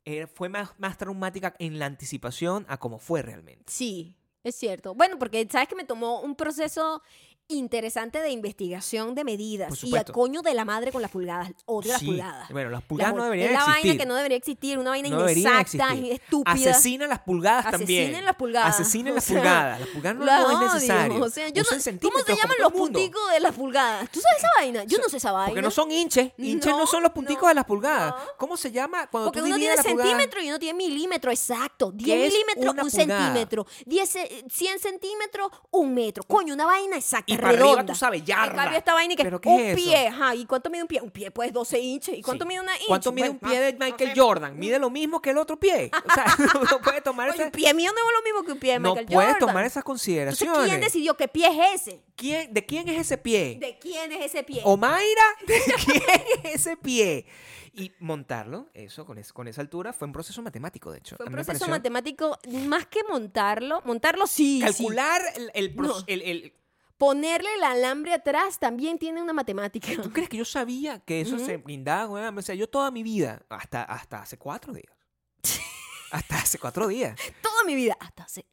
era- fue más, más traumática en la anticipación a como fue realmente.
Sí, es cierto. Bueno, porque sabes que me tomó un proceso interesante de investigación de medidas.
Por
Y a
supuesto.
coño de la madre con las pulgadas. Odio las
Sí.
pulgadas.
Bueno, las pulgadas no
Las-
deberían
es la
existir.
vaina que no debería existir, una vaina
No deberían
inexacta,
existir.
estúpida.
Asesina las pulgadas también.
Asesinen las pulgadas. (laughs)
Asesinen
O
las
sea,
pulgadas. Las pulgadas no,
Las
no es
odio,
necesario.
o sea, yo no-
Usen
¿Cómo se
centímetros
llaman
como
los
todo el mundo.
punticos de las pulgadas? ¿Tú sabes esa vaina? Yo no sé esa vaina.
Porque no son hinches. Hinches no,
No,
son los punticos
no,
de las pulgadas.
no.
¿Cómo se llama cuando
Porque
tú
uno
divides
tiene
la pulgada?
centímetro y uno tiene milímetro, exacto. 10
¿Qué es
milímetros,
una
un
pulgada?
centímetro. 10, ce- 100 centímetros, un metro. Coño, una vaina exacta,
Y para
redonda.
arriba tú sabes, yarda.
En cambio, esta vaina que
¿Pero qué
un
es eso?
pie. Ajá, ¿y cuánto mide un pie? Un pie, pues, 12 inches. ¿Y cuánto
Sí.
mide una inch?
¿Cuánto mide un
Bueno,
pie de
ah,
Michael
no sé.
Jordan? Mide lo mismo que el otro
(laughs)
pie. O sea, (laughs) no puedes tomar
Oye,
esa-
un pie mío no es lo mismo que un pie de
no
Michael
puedes
Jordan.
tomar esas
Entonces,
consideraciones.
¿quién decidió qué pie es ese?
¿Quién- ¿De quién es ese pie?
¿De quién es ese pie? (laughs)
¿O Mayra? ¿De (laughs) quién es ese pie? Y montarlo, eso, con, es- con esa altura, fue un proceso matemático, de hecho.
Fue
A
un
mí me
proceso
pareció-
matemático más que montarlo. Montarlo sí. sí.
Calcular el, el pro-
No.
el- el-
Ponerle el alambre atrás también tiene una matemática.
¿Tú crees que yo sabía que eso se brindaba? con alambre? O sea, yo toda mi vida, hasta, hasta hace
(laughs)
cuatro días. hasta hace cuatro días.
Toda mi vida, hasta hace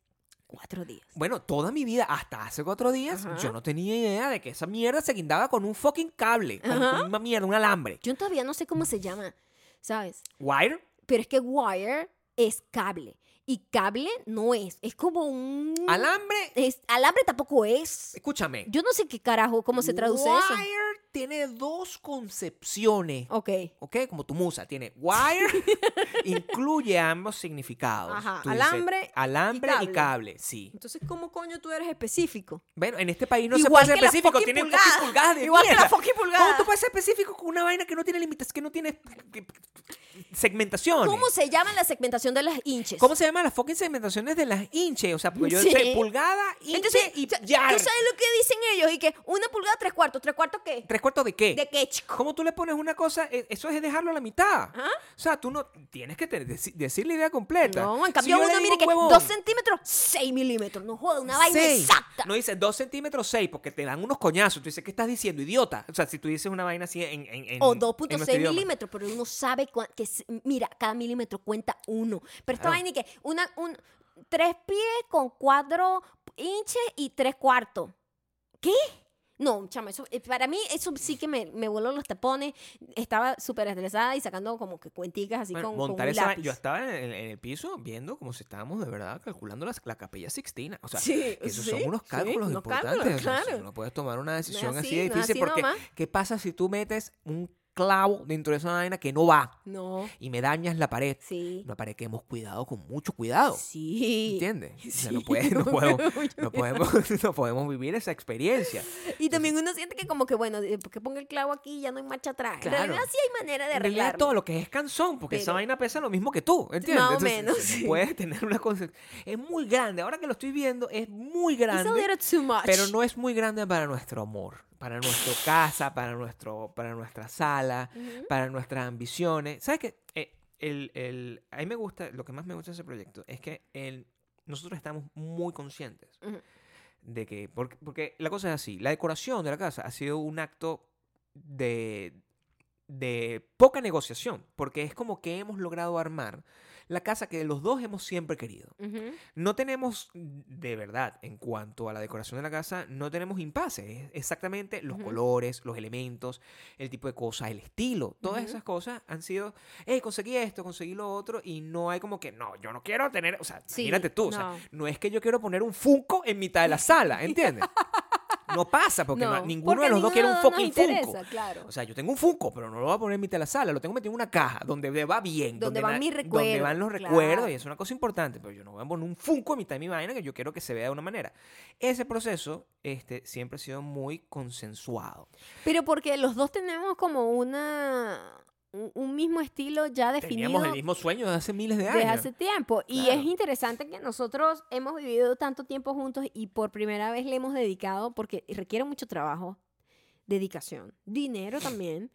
cuatro días.
Bueno, toda mi vida, hasta hace cuatro días,
Ajá.
yo no tenía idea de que esa mierda se guindaba con un fucking cable, con,
Ajá.
con una mierda, un alambre.
Yo todavía no sé cómo se llama, ¿sabes?
Wire,
Pero es que wire es cable. Y cable no es. Es como un...
alambre,
es- alambre tampoco es.
escúchame.
Yo no sé qué carajo, cómo se traduce
wire
eso.
tiene dos concepciones,
Ok.
¿ok? Como tu musa, tiene
(laughs)
wire, incluye ambos significados.
Ajá,
Tú dices,
alambre y
alambre y
cable.
cable, sí.
Entonces, ¿cómo coño tú eres específico?
Bueno, en este país no se
Igual
puede ser
que la
específico,
fucking
tiene un
pulgada.
pulgadas de
Igual que la
mierda.
fucking pulgada.
¿Cómo tú puedes ser específico con una vaina que no tiene límites, que no tiene segmentación?
¿Cómo se llama la segmentación de las hinches?
¿Cómo se llaman las fucking segmentaciones de las hinches? O sea, porque yo
Sí.
sé pulgada, hinche
Entonces,
y
¿tú
yar.
sabes lo que dicen ellos? Y que una pulgada, tres cuartos. ¿Tres cuartos qué?
¿Tres cuartos de qué?
¿De qué, chico?
¿Cómo tú le pones una cosa? E- Eso es dejarlo a la mitad.
¿Ah?
O sea, tú no tienes que te- deci- decir la idea completa.
No, en
Si
cambio
yo le
uno,
digo,
mire que
huevón,
dos centímetros, seis milímetros. No joda, una vaina
seis,
exacta.
No dices dos centímetros seis porque te dan unos coñazos. Tú dices, ¿qué estás diciendo, idiota? O sea, si tú dices una vaina así en. en- en-
o
en nuestro
2.6
idioma.
milímetros, pero uno sabe cua- que, s- mira, cada milímetro cuenta uno. Pero esta
Claro.
vaina y que una, un, tres pies con cuatro inches y tres cuartos. ¿Qué? No, chama, eso, eh, para mí eso sí que me, me voló los tapones. Estaba súper estresada y sacando como que cuenticas así
Bueno,
con, con
montar
un
esa vaina-
lápiz.
Yo estaba en el, en el piso viendo como si estábamos de verdad calculando las- la capilla sixtina. O sea,
Sí,
esos
sí,
son unos
sí,
cálculos
unos
importantes.
cálculos,
o sea,
claro.
No puedes tomar una decisión
así,
así, de
no es
difícil
así
porque,
nomás.
¿qué pasa si tú metes un clavo dentro de esa vaina que no va
No,
y me dañas la pared?
sí.
Una pared que hemos cuidado con mucho cuidado.
Sí. (laughs)
¿Entiendes? O sea, no,
Sí,
puede-
(laughs)
no
con
podemos,
mucho
no podemos- (laughs) no podemos vivir esa experiencia.
Y también uno siente que como que, bueno, eh, porque ponga el clavo aquí y ya no hay marcha atrás.
Claro.
En realidad sí hay manera de
En realidad
arreglarlo.
todo lo que es canzón, porque esa
Pero-
vaina pesa lo mismo que tú, ¿entiendes?
Más o
Entonces,
menos,
no
sí.
Puedes tener una concepción. Es muy grande, ahora que lo estoy viendo, es muy
It's a
grande,
little too much.
pero no es muy grande para nuestro amor, para nuestra casa, para, nuestro, para nuestra sala, para nuestras ambiciones. ¿Sabes qué? Eh, el, el- a mí me gusta, lo que más me gusta de ese proyecto es que el- nosotros estamos muy conscientes
Ujú.
de que, porque, porque la cosa es así, la decoración de la casa ha sido un acto de, de poca negociación, porque es como que hemos logrado armar la casa que los dos hemos siempre querido.
Ujú.
No tenemos, de verdad, en cuanto a la decoración de la casa, no tenemos impases. Es Exactamente los
Ujú.
colores, los elementos, el tipo de cosas, el estilo. Todas
Ujú.
esas cosas han sido, hey, conseguí esto, conseguí lo otro, y no hay como que, no, yo no quiero tener, o sea,
Sí,
imagínate tú, o sea,
no.
no es que yo quiero poner un Funko en mitad de
(laughs)
la sala, ¿entiendes? No pasa, porque no-
No,
ninguno
porque
de los dos quiere un
ninguno
fucking
nos interesa,
Funko.
claro.
O sea, yo tengo un Funko, pero no lo voy a poner en mitad de la sala, lo tengo metido en una caja donde me va bien.
Donde van
na-
mis
Donde
recuerdos,
van los
claro.
recuerdos y eso es una cosa importante, pero yo no voy a poner un Funko en mitad de mi vaina que yo quiero que se vea de una manera. Ese proceso este, siempre ha sido muy consensuado.
Pero porque los dos tenemos como una un, un mismo estilo ya definido
Teníamos el mismo sueño desde hace miles de años.
desde hace tiempo y
Claro.
es interesante que nosotros hemos vivido tanto tiempo juntos y por primera vez le hemos dedicado porque requiere mucho trabajo, dedicación, dinero también.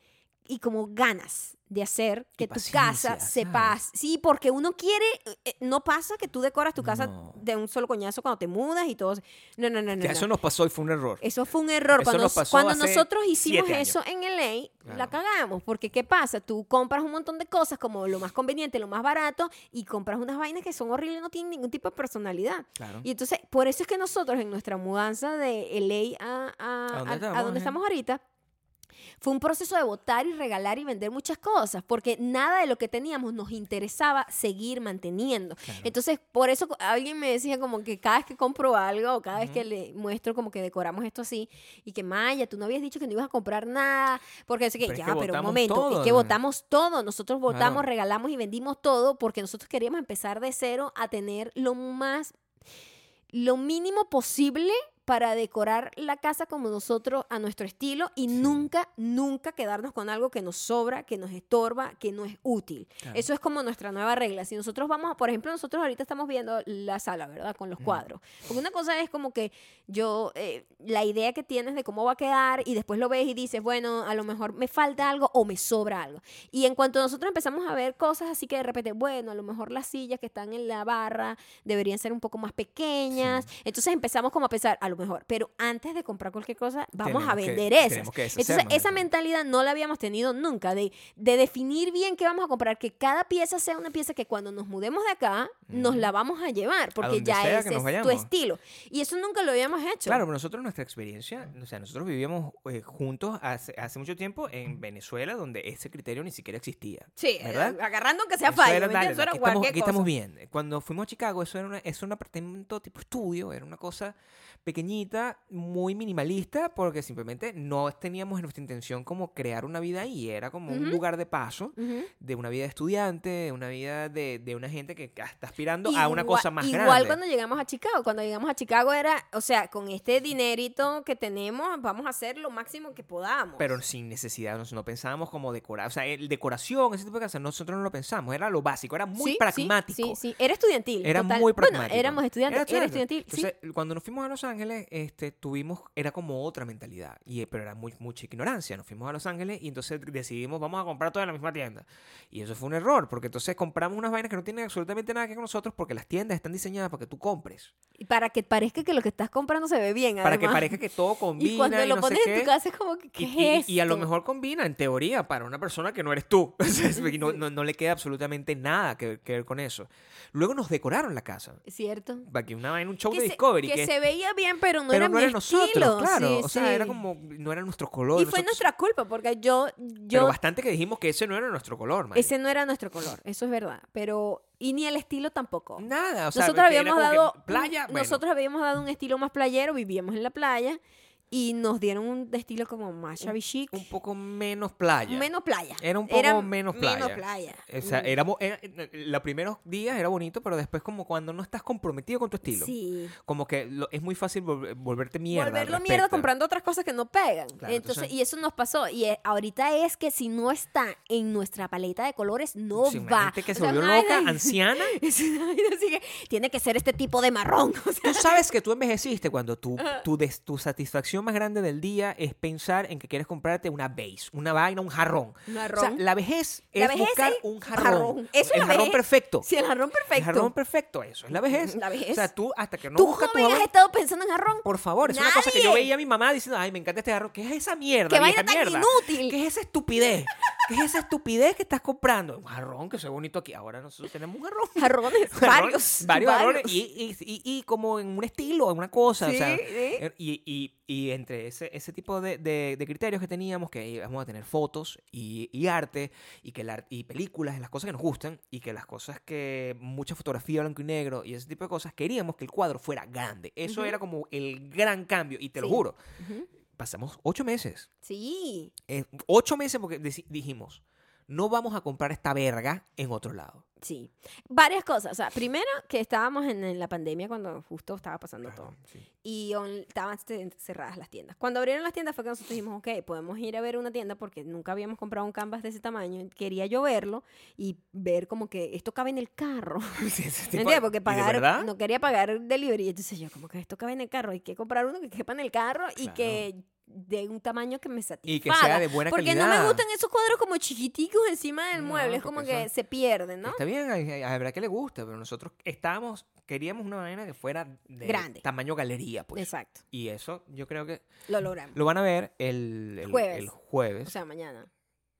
y como ganas de hacer que tu
paciencia,
casa se
¿sabes?
pase. Sí, porque uno quiere, eh, no pasa que tú decoras tu casa
No.
de un solo coñazo cuando te mudas y todo. No, no, no, no.
Que
no.
eso nos pasó y fue un error.
Eso fue un error.
Eso
cuando
nos pasó
cuando
hace
nosotros hicimos
siete años.
eso en LA, la
Claro.
cagamos. Porque, ¿qué pasa? Tú compras un montón de cosas como lo más conveniente, lo más barato, y compras unas vainas que son horribles, no tienen ningún tipo de personalidad.
Claro.
Y entonces, por eso es que nosotros en nuestra mudanza de LA a, a-
¿A dónde
a- a
estamos,
donde
eh?
estamos ahorita, fue un proceso de votar y regalar y vender muchas cosas, porque nada de lo que teníamos nos interesaba seguir manteniendo.
Claro.
Entonces, por eso cu- alguien me decía como que cada vez que compro algo o cada vez que le muestro como que decoramos esto así y que Maya, tú no habías dicho que no ibas a comprar nada, porque no sé qué,
Pero es
ya,
que
pero un
botamos
momento,
todo,
es que
¿no?
votamos todo, nosotros votamos,
Claro.
regalamos y vendimos todo porque nosotros queríamos empezar de cero a tener lo más lo mínimo posible para decorar la casa como nosotros a nuestro estilo y nunca, nunca quedarnos con algo que nos sobra, que nos estorba, que no es útil.
Claro.
Eso es como nuestra nueva regla. Si nosotros vamos, a- por ejemplo, nosotros ahorita estamos viendo la sala, ¿verdad? Con los cuadros. Porque una cosa es como que yo, eh, la idea que tienes de cómo va a quedar y después lo ves y dices, bueno, a lo mejor me falta algo o me sobra algo. Y en cuanto nosotros empezamos a ver cosas así que de repente, bueno, a lo mejor las sillas que están en la barra deberían ser un poco más pequeñas. Entonces empezamos como a pensar, a lo mejor, pero antes de comprar cualquier cosa, vamos a
Tenemos que-
vender esas.
tenemos que
Entonces
deshacernos de
esa
todo.
mentalidad no la habíamos tenido nunca, de, de definir bien qué vamos a comprar, que cada pieza sea una pieza que cuando nos mudemos de acá, nos la vamos a llevar, porque
donde
ya
sea
ese
que
es
nos
tu
vayamos.
estilo. Y eso nunca lo habíamos hecho.
Claro, pero nosotros nuestra experiencia, o sea, nosotros vivíamos eh, juntos hace, hace mucho tiempo en Venezuela, donde ese criterio ni siquiera existía.
Sí,
¿verdad?
eh, agarrando que sea
Eso
fallo,
era,
¿me
dale,
entiendes? Eso era
aquí, estamos,
cualquier
aquí estamos
cosa.
bien. Cuando fuimos a Chicago, eso era, una- eso era un apartamento tipo estudio, era una cosa pequeñita, muy minimalista, porque simplemente no teníamos en nuestra intención como crear una vida ahí, era como un
Ujú.
lugar de paso
Ujú.
de una vida de estudiante, de una vida de, de una gente que está aspirando a
Igual-
una cosa más
igual
grande.
cuando llegamos a Chicago. Cuando llegamos a Chicago era, o sea, con este dinerito que tenemos, vamos a hacer lo máximo que podamos.
Pero sin necesidad, nos- no pensábamos como decorar, o sea, el, decoración, ese tipo de cosas, nosotros no lo pensamos, era lo básico, era
Sí,
muy
sí,
pragmático.
Sí, sí, Era estudiantil.
Era
total.
muy pragmático.
Bueno, éramos estudiantes. Era, estudiantil. sí.
Entonces, cuando nos fuimos a Los Ángeles, este, tuvimos, era como otra mentalidad, y, eh, pero era muy, mucha ignorancia. Nos fuimos a Los Ángeles y entonces decidimos, vamos a comprar todo en la misma tienda. Y eso fue un error, porque entonces compramos unas vainas que no tienen absolutamente nada que ver con nosotros, porque las tiendas están diseñadas para que tú compres.
Y para que parezca que lo que estás comprando se ve bien.
Para que
además.
parezca que todo combina.
Y cuando lo
no sé
pones en
qué.
tu casa es como que, ¿qué
Y,
es
y- y a lo
esto?
mejor combina, en teoría, para una persona que no eres tú. (laughs) O sea, es- y no, no- no le queda absolutamente nada que, ver- que ver con eso. Luego nos decoraron la casa.
¿Cierto?
Para que una vaina, un show
que
de
se,
Discovery.
que
que-
se veía bien, pero no
pero
era
no
mi
eran nosotros,
estilo.
claro.
Sí,
o sea, era
sí.
como. No era nuestro color.
Y fue
nosotros-
nuestra culpa, porque yo, yo
Pero bastante que dijimos que ese no era nuestro color, marico.
Ese no era nuestro color, eso es verdad. Pero, y ni el estilo tampoco.
Nada, o sea,
nosotros
que era
habíamos
como que
dado.
Playa,
un-
bueno,
Nosotros habíamos dado un estilo más playero, vivíamos en la playa y nos dieron un estilo como más shabby chic.
un poco menos playa.
menos playa.
Era un poco menos playa.
Menos playa.
O sea,
Mm.
éramos, era- eh, los primeros días era bonito, pero después como cuando no estás comprometido con tu estilo.
Sí.
Como que lo- es muy fácil volver- volverte mierda. al
Volverlo mierda
respecto.
comprando otras cosas que no pegan.
Claro,
entonces,
entonces-
y eso nos pasó. Y eh, ahorita es que si no está en nuestra paleta de colores, no
Sí, una
va.
gente que
O
se
sea,
volvió
una vaina-
loca, anciana.
(laughs) es una vaina así que tiene que ser este tipo de marrón. (laughs) O sea,
Tú sabes que tú envejeciste cuando tu, tu, des- tu satisfacción más grande del día es pensar en que quieres comprarte una base, una vaina, un jarrón. O sea,
marrón.
la vejez es
La vejez
buscar
es
un jarrón.
jarrón. Eso es
el
la
jarrón
vejez.
perfecto.
Sí, el jarrón perfecto.
El jarrón perfecto, eso. Es la vejez.
La vejez.
O sea, tú hasta que no
¿Tú
buscas tu
joven has
jarrón,
estado pensando en jarrón?
Por favor, es una cosa que yo
Nadie.
veía a mi mamá diciendo, ay, me encanta este jarrón. ¿Qué es esa mierda?
¡Qué
vieja
vaina tan
mierda?
inútil!
¿Qué es esa estupidez? ¿Qué es esa estupidez que estás comprando? Un jarrón que se ve bonito aquí. Ahora nosotros tenemos un (laughs) jarrón.
Jarrones, varios.
Varios, valores y, y, y, y como en un estilo, en una cosa. o
Sí,
sea,
sí.
er- y, y, y entre ese, ese tipo de, de- de criterios que teníamos, que íbamos a tener fotos y, y arte, y, que el ar- y películas, las cosas que nos gustan, y que las cosas que mucha fotografía blanco y negro y ese tipo de cosas, queríamos que el cuadro fuera grande. Eso
Ujú.
era como el gran cambio, y te lo
Sí.
juro.
Ujú.
Pasamos ocho meses
Sí,
eh, ocho meses porque deci- dijimos, no vamos a comprar esta verga en otro lado.
sí. Varias cosas. O sea, primero que estábamos en, en la pandemia cuando justo estaba pasando todo. Y on- estaban ce- cerradas las tiendas. Cuando abrieron las tiendas fue que nosotros dijimos, ok, podemos ir a ver una tienda porque nunca habíamos comprado un canvas de ese tamaño. Quería yo verlo y ver como que esto cabe en el carro.
(laughs) (clears throat) Sí, ese tipo-
¿Me entiendes? Porque
¿y de
pagar,
verdad?
no quería pagar delivery. Entonces yo, como que esto cabe en el carro, hay que comprar uno que quepa en el carro y
Claro.
que de un tamaño que me satisfaga.
Y que sea de buena
porque
calidad.
no me gustan esos cuadros como chiquiticos encima del
No,
mueble, es
porque
como que
eso-
se pierden, ¿no?
Está bien, hay- hay- habrá que le gusta, pero nosotros estábamos, queríamos una manera que fuera de
Grande.
tamaño galería, pues.
Exacto,
Y eso yo creo que
lo logramos.
lo van a ver el, el-
Jueves.
el jueves.
O sea, mañana.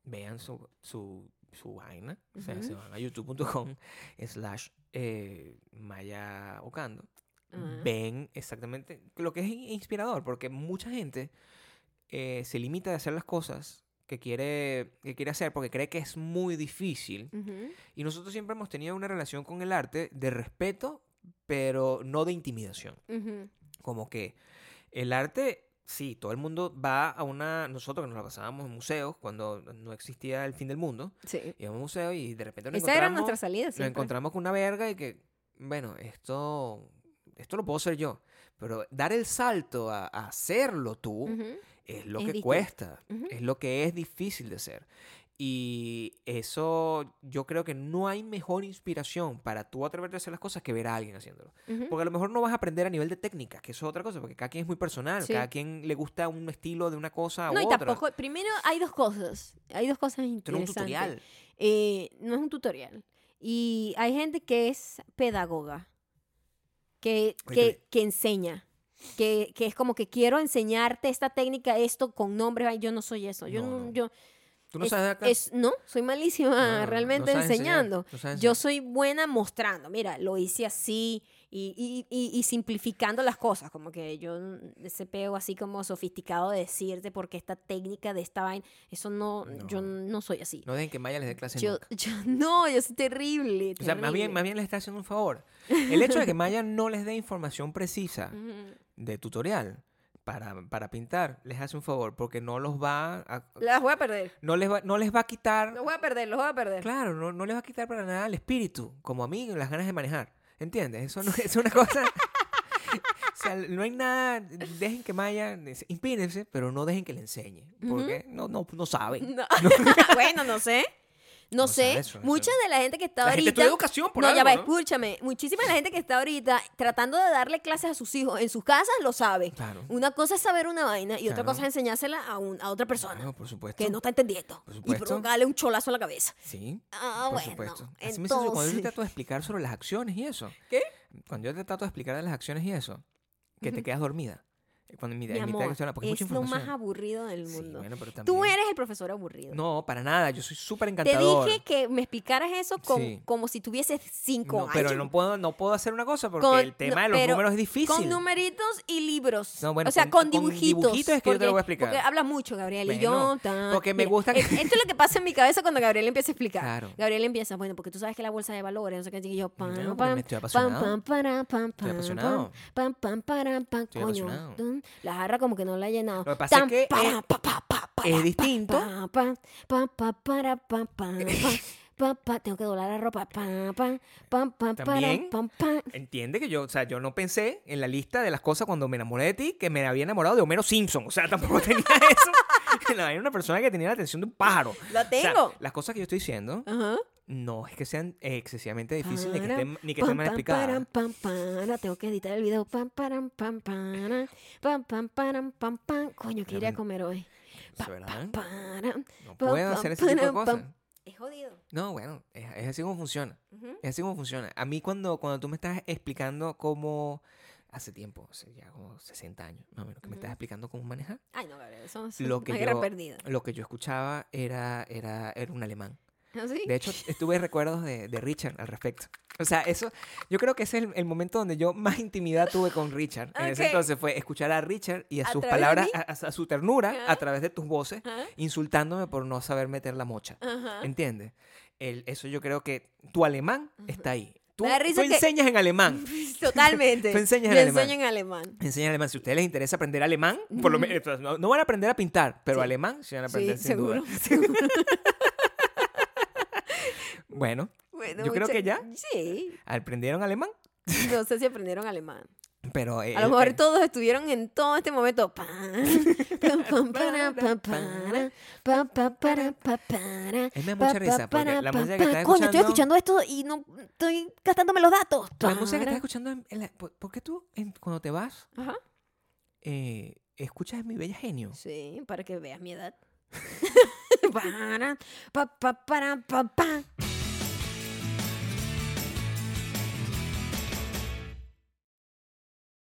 Vean su, su, su vaina. O sea,
Ujú.
se van a youtube.com slash eh, Maya Ocando.
Ajá.
Ven exactamente lo que es in- inspirador, porque mucha gente eh, se limita a hacer las cosas que quiere, que quiere hacer porque cree que es muy difícil.
Ujú.
Y nosotros siempre hemos tenido una relación con el arte de respeto, pero no de intimidación.
Ujú.
Como que el arte, sí, todo el mundo va a una... Nosotros que nos la pasábamos en museos cuando no existía el fin del mundo,
Sí.
íbamos a un museo y de repente nos
Esa era
encontramos,
nuestra salida,
nos
siempre.
encontramos con una verga y que, bueno, esto, esto lo puedo hacer yo. Pero dar el salto a, a hacerlo tú
Ujú.
es lo
Es
que
distinto.
cuesta,
Ujú.
es lo que es difícil de hacer. Y eso yo creo que no hay mejor inspiración para tú atreverte a hacer las cosas que ver a alguien haciéndolo.
Ujú.
Porque a lo mejor no vas a aprender a nivel de técnicas, que eso es otra cosa, porque cada quien es muy personal,
Sí.
cada quien le gusta un estilo de una cosa a
No, y
otra.
tampoco, primero hay dos cosas, hay dos cosas
Esto no es
interesantes.
un tutorial.
Eh, no es un tutorial. Y hay gente que es pedagoga, que,
Oye,
que-
qué-
que enseña, que, que es como que quiero enseñarte esta técnica, esto con nombres. Ay, yo no soy eso. Yo
No,
no,
no.
yo
Tú no
es-
sabes acá.
es- no, soy malísima
No, no, no, no
realmente
sabes enseñar,
enseñando.
no sabes
Yo
enseñar.
soy buena mostrando. Mira, lo hice así y, y- y- y simplificando las cosas. Como que yo mm, ese peo así como sofisticado de decirte porque esta técnica de esta vaina, eso no, yo
No.
no soy así.
No dejen que Maya les dé clases
yo,
nunca.
yo- (laughs) no, yo soy terrible.
O sea, más bien, más bien les está haciendo un favor. El hecho de que Maya no les dé
(laughs)
información precisa
bien.
de tutorial para, para pintar, les hace un favor, porque no los va a,
Las voy a perder.
no les va, no les va a quitar,
Los voy a perder, los voy a perder.
claro, no, no les va a quitar para nada el espíritu, como a mí, las ganas de manejar. ¿Entiendes? Eso no (laughs) es una cosa. o sea, no hay nada. Dejen que Maya, es- inspírense, pero no dejen que le enseñe. Porque no, no, (laughs) no saben.
No. (laughs) bueno, no sé. No,
No
sé.
sabes, no
Mucha
sé.
de la gente que está
La gente
ahorita.
estudia educación por
no, ya
algo,
va,
¿no?
escúchame. Muchísima de la gente que está ahorita tratando de darle clases a sus hijos en sus casas lo sabe.
Claro.
Una cosa es saber una vaina y otra
Claro.
cosa es enseñársela a, un- a otra persona
Claro, por supuesto.
que no está entendiendo.
Por
Y
supuesto.
provocarle un cholazo en la cabeza.
Sí.
Ah,
Por
bueno.
supuesto. Así me siento yo cuando yo te
Entonces.
trato de explicar sobre las acciones y eso.
¿Qué?
Cuando yo te trato de explicar de las acciones y eso, que te quedas dormida. Eh, Cuando en mi,
Mi
en mitad de
amor,
cuestión, porque
es
mucha
lo más
información.
aburrido del
Sí,
mundo.
bueno, pero
Tú
también-
eres el profesor aburrido.
No, para nada. Yo soy súper
Te
encantador.
dije que me explicaras eso com-
Sí.
como si tuvieses cinco
No,
años.
pero no puedo, no puedo hacer una cosa porque
Con-
el tema
no,
de los
pero
números es difícil.
Con numeritos y libros.
No, bueno,
o sea,
con-
con,
con
dibujitos.
dibujitos es que yo te lo voy a
porque-
explicar.
Porque habla mucho, Gabriel. y
Bueno,
yo. tan-
porque me gusta que-
es- Esto es lo que pasa en mi cabeza cuando Gabriel empieza a explicar.
Claro.
Gabriel empieza, bueno, porque tú sabes que la bolsa de valores, no sé qué. Y yo, pam,
No, porque
pam,
me estoy
pam,
apasionado.
pam, para, pam,
Estoy
pam,
apasionado.
pam, pam, para, pam,
Estoy
coño.
apasionado.
tum, La jarra como que no la ha llenado.
Lo que pasa es
Tan,
que
para,
es-
pa, pa, pa, pa,
es
pa,
distinto.
pa, pa, pa, pa, para, pa, pa, pa,
(laughs)
pa, pa, tengo que doblar la ropa. Pa, pa, pa, pa, para,
También.
pam, pam.
Entiende que yo, o sea, yo no pensé en la lista de las cosas cuando me enamoré de ti que me había enamorado de Homero Simpson. O sea, (laughs) tampoco tenía eso. (laughs) No, era una persona que tenía la atención de un pájaro.
Lo
O sea,
tengo.
las cosas que yo estoy diciendo
Ajá.
no es que sean eh, excesivamente difíciles ni que
Param,
estén, ni que
pam,
estén mal
pam,
explicadas.
param, pam, para. Tengo que editar el video. Pam, param, pam, para. Pam, pam, param, pam, pam. Coño, ¿qué iré a
Lamen-
comer hoy? Pam,
¿verdad?
pam, param, pam,
No puedo
pam,
hacer ese tipo de
param,
cosas.
pam. Es jodido.
No, bueno, es, es así como funciona.
Ujú.
Es así como funciona. A mí cuando, cuando tú me estás explicando cómo... Hace tiempo, hace ya como 60 años, más o menos, que me estás
Ujú.
explicando cómo manejar.
Ay, no, Gabriel, eso es
Lo que
una guerra
yo-
perdida.
Lo que yo escuchaba era, era, era un alemán.
¿Ah, sí?
De hecho, tuve recuerdos de, de Richard al respecto. O sea, eso, yo creo que ese es el, el momento donde yo más intimidad tuve con Richard. En ese
Ok.
entonces fue escuchar a Richard y
¿A
a, sus
través de
palabras,
mí?
a, a- a su ternura,
Ajá.
a través de tus voces,
Ajá.
insultándome por no saber meter la mocha. (laughs)
Ajá. (laughs)
¿Entiendes? El- eso yo creo que tu alemán está ahí. Tú,
da
tú
risa que-
enseñas en alemán.
Totalmente.
Tú enseñas en
Yo
alemán.
enseño en alemán.
(laughs) Enseña alemán. Si a ustedes les interesa aprender alemán, por lo menos, no, no van a aprender a pintar, pero
Sí.
alemán sí van a
Sí,
aprender sin duda.
seguro. (laughs)
(laughs)
seguro.
Bueno,
Bueno,
Yo creo
mucha-
que ya.
Sí.
aprendieron alemán,
No sé si aprendieron
(laughs)
alemán.
pero... eh,
A lo mejor
eh,
todos estuvieron en todo este momento. pa, (laughs) pam,
(laughs)
pam, para, pa, para, pa, pa, para, pa, para,
A mí me da
pa,
mucha
pa,
risa, porque
para,
la
pa,
música que
pa.
estás
Coño, estoy
escuchando-
escuchando esto y no estoy gastándome los datos.
La música que estás
Para.
escuchando, en- en la- ¿por, por qué tú en- cuando te vas
Ajá.
eh, ¿Escuchas mi bella genio?
Sí, (laughs) para que veas mi edad. Para, pa, pa, para, pa, pa.